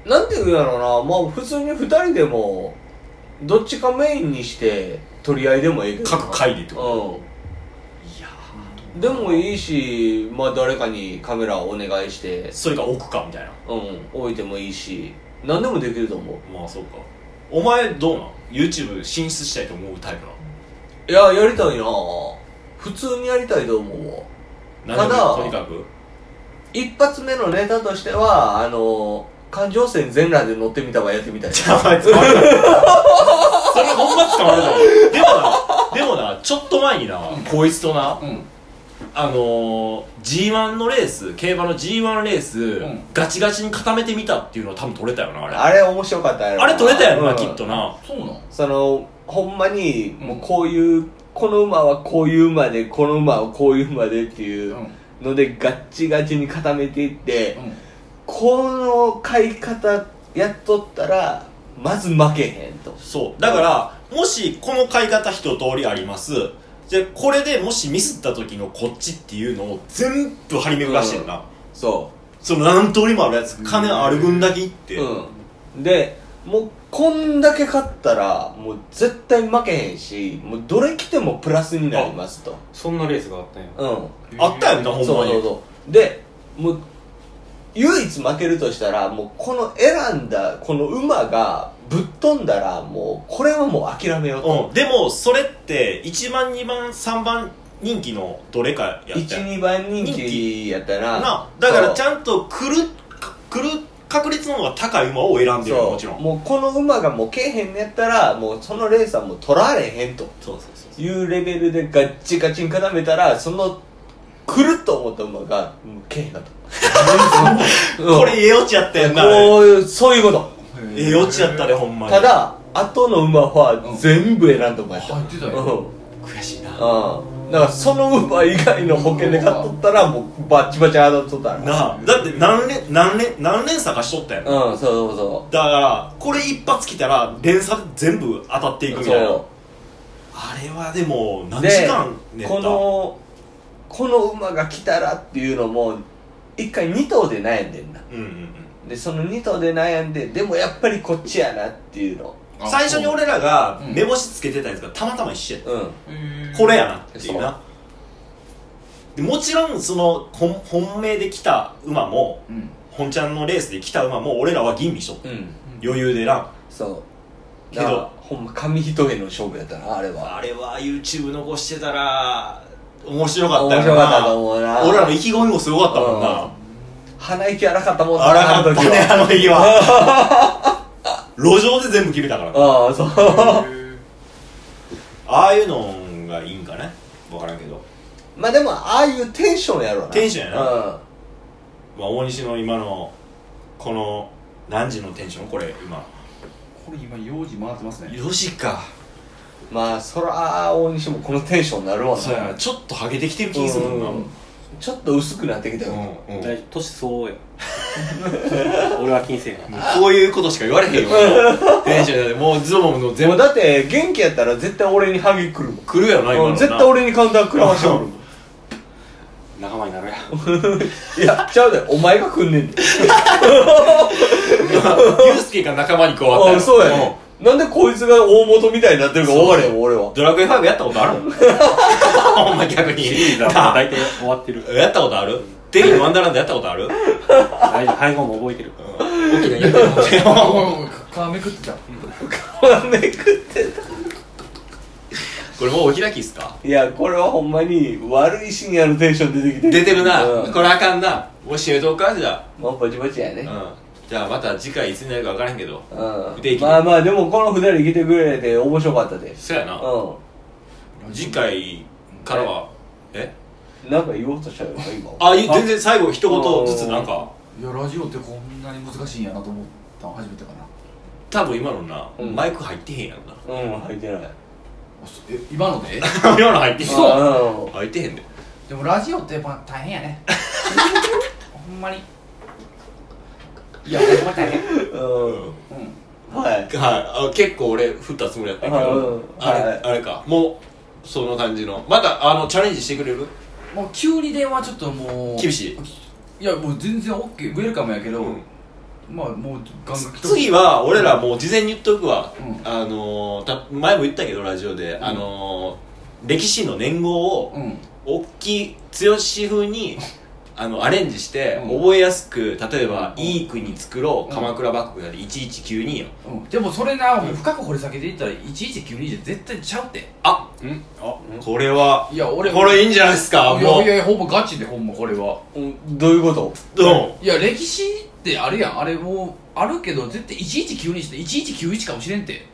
B: ーなんて言うんやろうなまあ普通に2人でもどっちかメインにして取り合いでもいいけどな
A: 各回でってこいや
B: うんでもいいしまあ誰かにカメラをお願いして
A: ーそれか置くかみたいな
B: うん置いてもいいし何でもできると思う
A: まあそうかお前どうなん YouTube 進出したいと思うタイプ
B: いややりたいな普通にやりたいと思うわ
A: なの
B: ただ
A: とにかく
B: 一発目のネタとしてはあの環状線全裸で乗ってみたわやってみたい
A: じゃあお前捕まるぞそれほんま捕まるぞでもなでもなちょっと前になこいつとな
C: うん
A: あのー、G1 のレース競馬の G1 レース、
C: ん
A: ガチガチに固めてみたっていうのは多分取れたよなあれあ
B: あれ面白かったやろ
A: れ取れたよな、
B: うん
A: きっとな
C: そうなん
B: そのほんまにもうこういう、この馬はこういう馬でこの馬はこういう馬でっていう
C: うん
B: のでガッチガチに固めていって、
C: うん
B: この買い方やっとったらまず負けへんと
A: そうだから、もしこの買い方一通りありますじゃあこれでもしミスった時のこっちっていうのを全部張り巡らしてるな、
B: そ
A: その何通りもあるやつ金ある分だけいって、
B: う、うん、でもうこんだけ買ったらもう絶対負けへんしもうどれ来てもプラスになりますと
D: そんなレースがあったんや
B: うん
A: あったよなほんまに
B: そうそうそうでもう唯一負けるとしたらもうこの選んだこの馬がぶっ飛んだらもうこれはもう諦めようと、
A: うん、でもそれって1番2番3番人気のどれかやったよ
B: 12番人気やったな
A: なだからち
B: ん
A: ゃんと来るか来る確率の方が高い馬を選んでるよもちろん
B: もうこの馬がもうけえへんのやったらもうそのレースはもう取られへんと
A: そうそうそう
B: いうレベルでガッチガチに固めたらその来ると思った馬がもうけえへんかった、 うん
A: これええオチやったやんな
B: こういうそういうこと
A: ええオチやったでほんまに
B: ただ後の馬は全部選んでもらった、
C: 入ってたよ
A: 悔しいなな
B: うん、うん、だからその馬以外の保険で買っとったらもうバッチバチ当たっとったら
A: あだって何連何連何連鎖かしとったやん、だ
B: うんそうそうそ
A: からこれ一発来たら連鎖で全部当たっていく
B: う
A: みたいな
B: そ
A: あれはでも
B: う
A: 何時
B: で
A: 間寝た
B: このこの馬が来たらっていうのも一回2頭で悩んでんな
A: うんうんうん
B: でその2頭で悩んででもやっぱりこっちやなっていうの
C: あ
A: 最初に俺らが
C: うん
A: 目星つけてたやつがたまたま一緒やった
B: うん
C: へー
A: これやなっていうなでもちろんその本本命で来た馬も
C: うん
A: 本ちゃんのレースで来た馬も俺らは吟味しとった
B: うん
A: 余裕でな
B: そう
A: けど
B: だからほんま紙一重の勝負やったなあれは
A: あれは YouTube 残してたら面白かった
B: 面
A: よな
B: 白かったと思うな
A: 俺らの意気込みもすごかったもん
B: うん
A: な
B: 鼻息荒かったもんな
A: あらかった
B: あの時
A: ね
B: は
A: あの日は 路上で全部決めたからな
B: ああ そう
A: ああいうのがいいんかね分からんけど
B: まあでもああいうテンションやろうな
A: テンションやな
B: うん
A: まあ、大西の今のこの何時のテンションこれ今
C: これ今用事回ってますね
A: 4時か
B: まあそら大西もこのテンションになるわな
A: そうやなちょっとハゲてきてる気するもんな
B: うんちょっと薄くなってきたよ、
A: うんうん
D: 大丈夫年相 応や俺は金星が
A: こういうことしか言われ へんよ今テンションだってもうズボンの
B: で
A: 全
B: も
A: 部
B: だって元気やったら絶対俺にハゲくるもん
A: 来るやろな今の
B: う
A: なん
B: 絶対 俺にカウンター食らわしてくるもん
D: 仲間に なるや
B: いやちゃうでお前がくんねんで
A: ユウスケが仲間に加わった
B: あ
A: やろ
B: そうやねなんでこいつが大元みたいになってるか分からへんわ俺は
A: ドラクエ5やったことあ るほんま逆に
D: だ大体 終わってる
A: やったことあるデイのワンダーランドやったことあ る
D: 大丈夫配合も覚えてる
A: 大きなやってる
C: あおいおい皮めくってた
B: めくって
A: これもうお開きっすか
B: いやこれはほんまに悪い深夜のテンション出てきて
A: 出てるな、
B: うん
A: これあかんな教えとくかじゃ
B: まあぼちぼちやね
A: あ、うん、じゃあまた次回いつになるか分からへんけど不
B: う
A: 定
B: ん
A: 期
B: まあまあでもこの二人来てくれて面白かったで
A: そうやな、
B: う
A: 次回からはえ
B: んなんか言おうとしたよ今
A: あい全然最後一言ずつなんか
C: いやラジオってこんなに難しいんやなと思ったの初めてかな
A: 多分今のな、
B: うん
A: マイク入ってへんやろな
B: うん入ってない
C: あそえ今ので
A: 今の入ってへん
B: う
A: 入
B: ん
A: ってへんで
C: でもラジオってやっぱ大変や ねほんまにいやほんま大変うん
B: うんはい
A: はいあ結構俺振ったつもりやったけ
B: う
A: ど
B: ん
A: あれ,、
B: はい
A: あれかもうその感じのまたあのチャレンジしてくれる
C: もう急に電話ちょっともう
A: 厳しい
C: いやもう全然 OK ウェルカムやけど、
A: うん
C: まあもうガンガン来て
A: 次は俺らもう事前に言っとくわ、
C: うん
A: あのーた前も言ったけどラジオで、あのー歴史の年号を
C: うん
A: 大きい剛風 にあのアレンジして
C: うん
A: 覚えやすく例えば「
C: うん
A: いい国作ろう
C: うん
A: 鎌倉幕府やで1192よ
C: うん、でもそれな、もう深く掘り下げていったら1192じゃ絶対ちゃうって」
A: あ
D: うんあ
A: これはい
C: や俺
A: これいいんじゃないですか
C: いや
A: も
C: いやいやほんまガチでほんまこれは
B: うんどういうこと
A: ううん
C: いや歴史ってあるやんあれもうあるけど絶対1192して1191かもしれ んて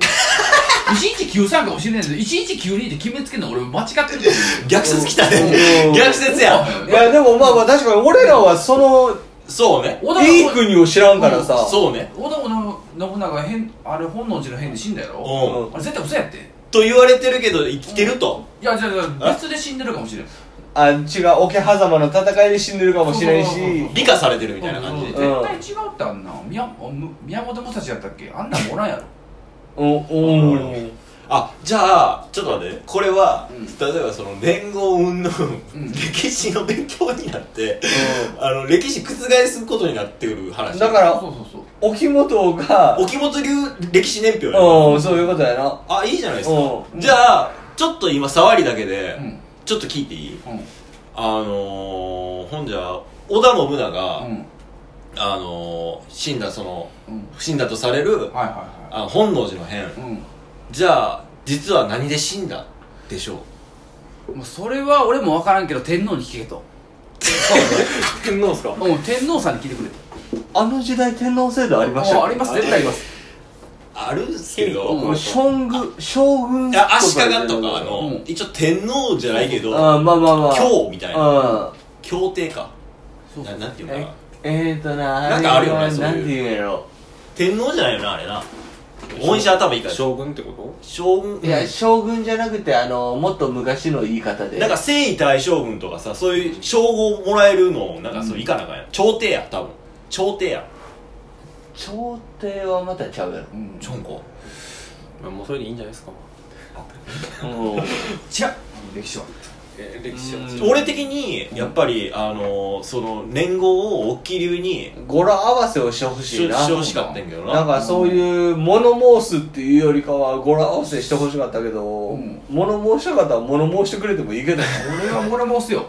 C: 1193かもしれんけど1192って決めつけんの俺間違ってると思う
A: 逆説きたね
B: う ん
A: 逆説や
B: いやでもまあまあ確かに俺らはそ
A: そうね
C: 織
B: の
C: 田
B: いい国を知らんからさ
A: そうね
C: 織田信長が変あれ本能寺の変で死んだや
A: う
C: ろ
A: ん
C: あれ絶対嘘やって
A: と言われてるけど生きてると
C: いやじゃあじゃあ別で死んでるかもしれん
B: あ違う桶狭間の戦いで死んでるかもしれんし
C: そうそうそう
A: 美化されてるみたいな感じ
C: 絶
A: で
B: うん
C: 対違うってあんな宮む宮本武蔵やったっけあんなんもおらんやろ
B: うんうん
A: あじゃあちょっと待ってこれは
C: うん
A: 例えばその連合云々
C: うん
A: 歴史の勉強になってあの歴史覆すことになってくる話
B: だから
C: そうそうそう
B: 沖本が
A: 沖本流歴史年表やな
B: うんそういうことやな
A: あいいじゃないですか
B: う
A: じゃあちょっと今触りだけで、
C: うん
A: ちょっと聞いていい
C: うん
A: あのー、ほんじゃ織田信長が、
C: うん
A: あのー、死んだその
C: うん
A: 死んだとされる
C: はいは
A: あ本能寺の変
C: いはいうん
A: じゃあ実は何で死んだでしょう
C: もうそれは俺も分からんけど天皇に聞けと
D: 天皇っすか
C: うん天皇さんに聞いてくれ
B: あの時代天皇制度ありました
C: もうあります絶対あります
A: あるんすけど、
C: うん
A: い
B: 将軍将軍
A: や足利とかあの、
C: うん
A: 一応天皇じゃないけど、
B: あまあまあまあ
A: 京みたいな
B: うん
A: 協定か
C: そう
A: ななんていうのか
B: え
A: な
B: えーとな
A: なんかあるよね
B: れは
A: そういう
B: なんて言うんやろ
A: 天皇じゃないよなあれな大西頭いいから
D: 将軍ってこ
A: 将軍
B: いや将軍じゃなくてあのもっと昔の言い方で
A: なんか征夷大将軍とかさそういう称号もらえるのなんかそういかなあかんやん朝廷や多分朝廷や
B: 朝廷はまたち ゃうやろ
C: うん
A: ちょんこ
D: ともうそれでいいんじゃないですか
C: ちゃ歴史は
D: え歴史は
A: 俺的にやっぱりあのーその年号を大きい流に
B: 語呂合わせをしてほし
A: し
B: いな
A: してほしかったんやけど
B: なん
A: な
B: かそういう物申すっていうよりかは語呂合わせしてほしかったけど、
C: ん
B: 物申したかったら物申してくれてもいいけど
C: 俺は物申すよ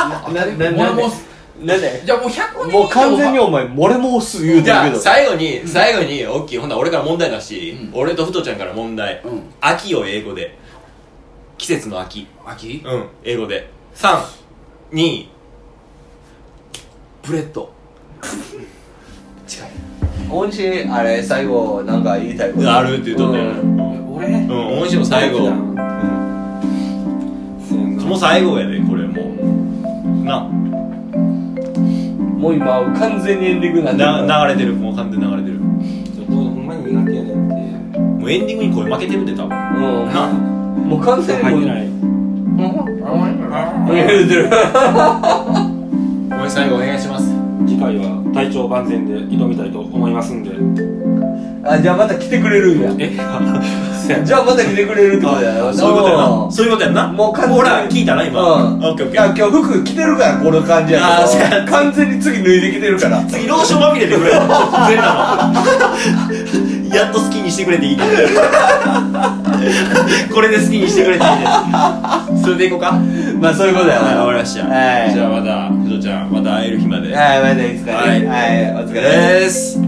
B: ななな
C: 物申す
B: なんで
C: じゃあもう100人
B: もう完全にお前漏れ申す言う
A: じ
B: てる
A: ゃ
B: け
A: あ
B: ど
A: 最後に最後に大きいほんなら俺から問題だし、
C: うん
A: 俺とふとちゃんから問題、
C: うん
A: 秋を英語で季節の秋
C: 秋
A: うん英語で32
C: ブレッド近い
B: おんしあれ最後なんか言いたいこと
A: あるって言っとったよな、
B: うん
D: 俺うん
A: うん、大西も最後
D: そうやな
A: もう最後やでこれもうな
B: ももう今完全にエンディングなんだ
A: な流れてるもう完全に流れてるも
D: ちょっとほんまに苦手やねんって
A: うエンディングに声負けてるで多分
B: うん
A: な
B: もう完全に
D: 入
B: も
D: っ
B: う
D: てない
B: 言うてる
A: ごめん最後お願いします
D: 次回は体調万全で挑みたいと思いますんで
B: あじゃあまた来てくれるんや
D: え せや
B: じゃあまた来てくれるってことやな
A: そういうことや
B: う
A: なんそういうことやな
B: もう完全に
A: ほら聞いたな今
B: うん
A: オッケーオッ
B: い
A: ケー
B: や今日服着てるからこの感じや
A: あーそう
B: けど完全に次脱いできてるから
A: 次ローションまみれて くれ全裸のやっと好きにしてくれていいねこれで好きにしてくれていいねそれでいこうかはい
B: まあそういうことや
A: わ
B: わ
A: かりました
B: はい
A: じゃあまたひとちゃんまた会える日まで
B: はいまたいつかね
A: はい
B: はいお疲れ様です
A: です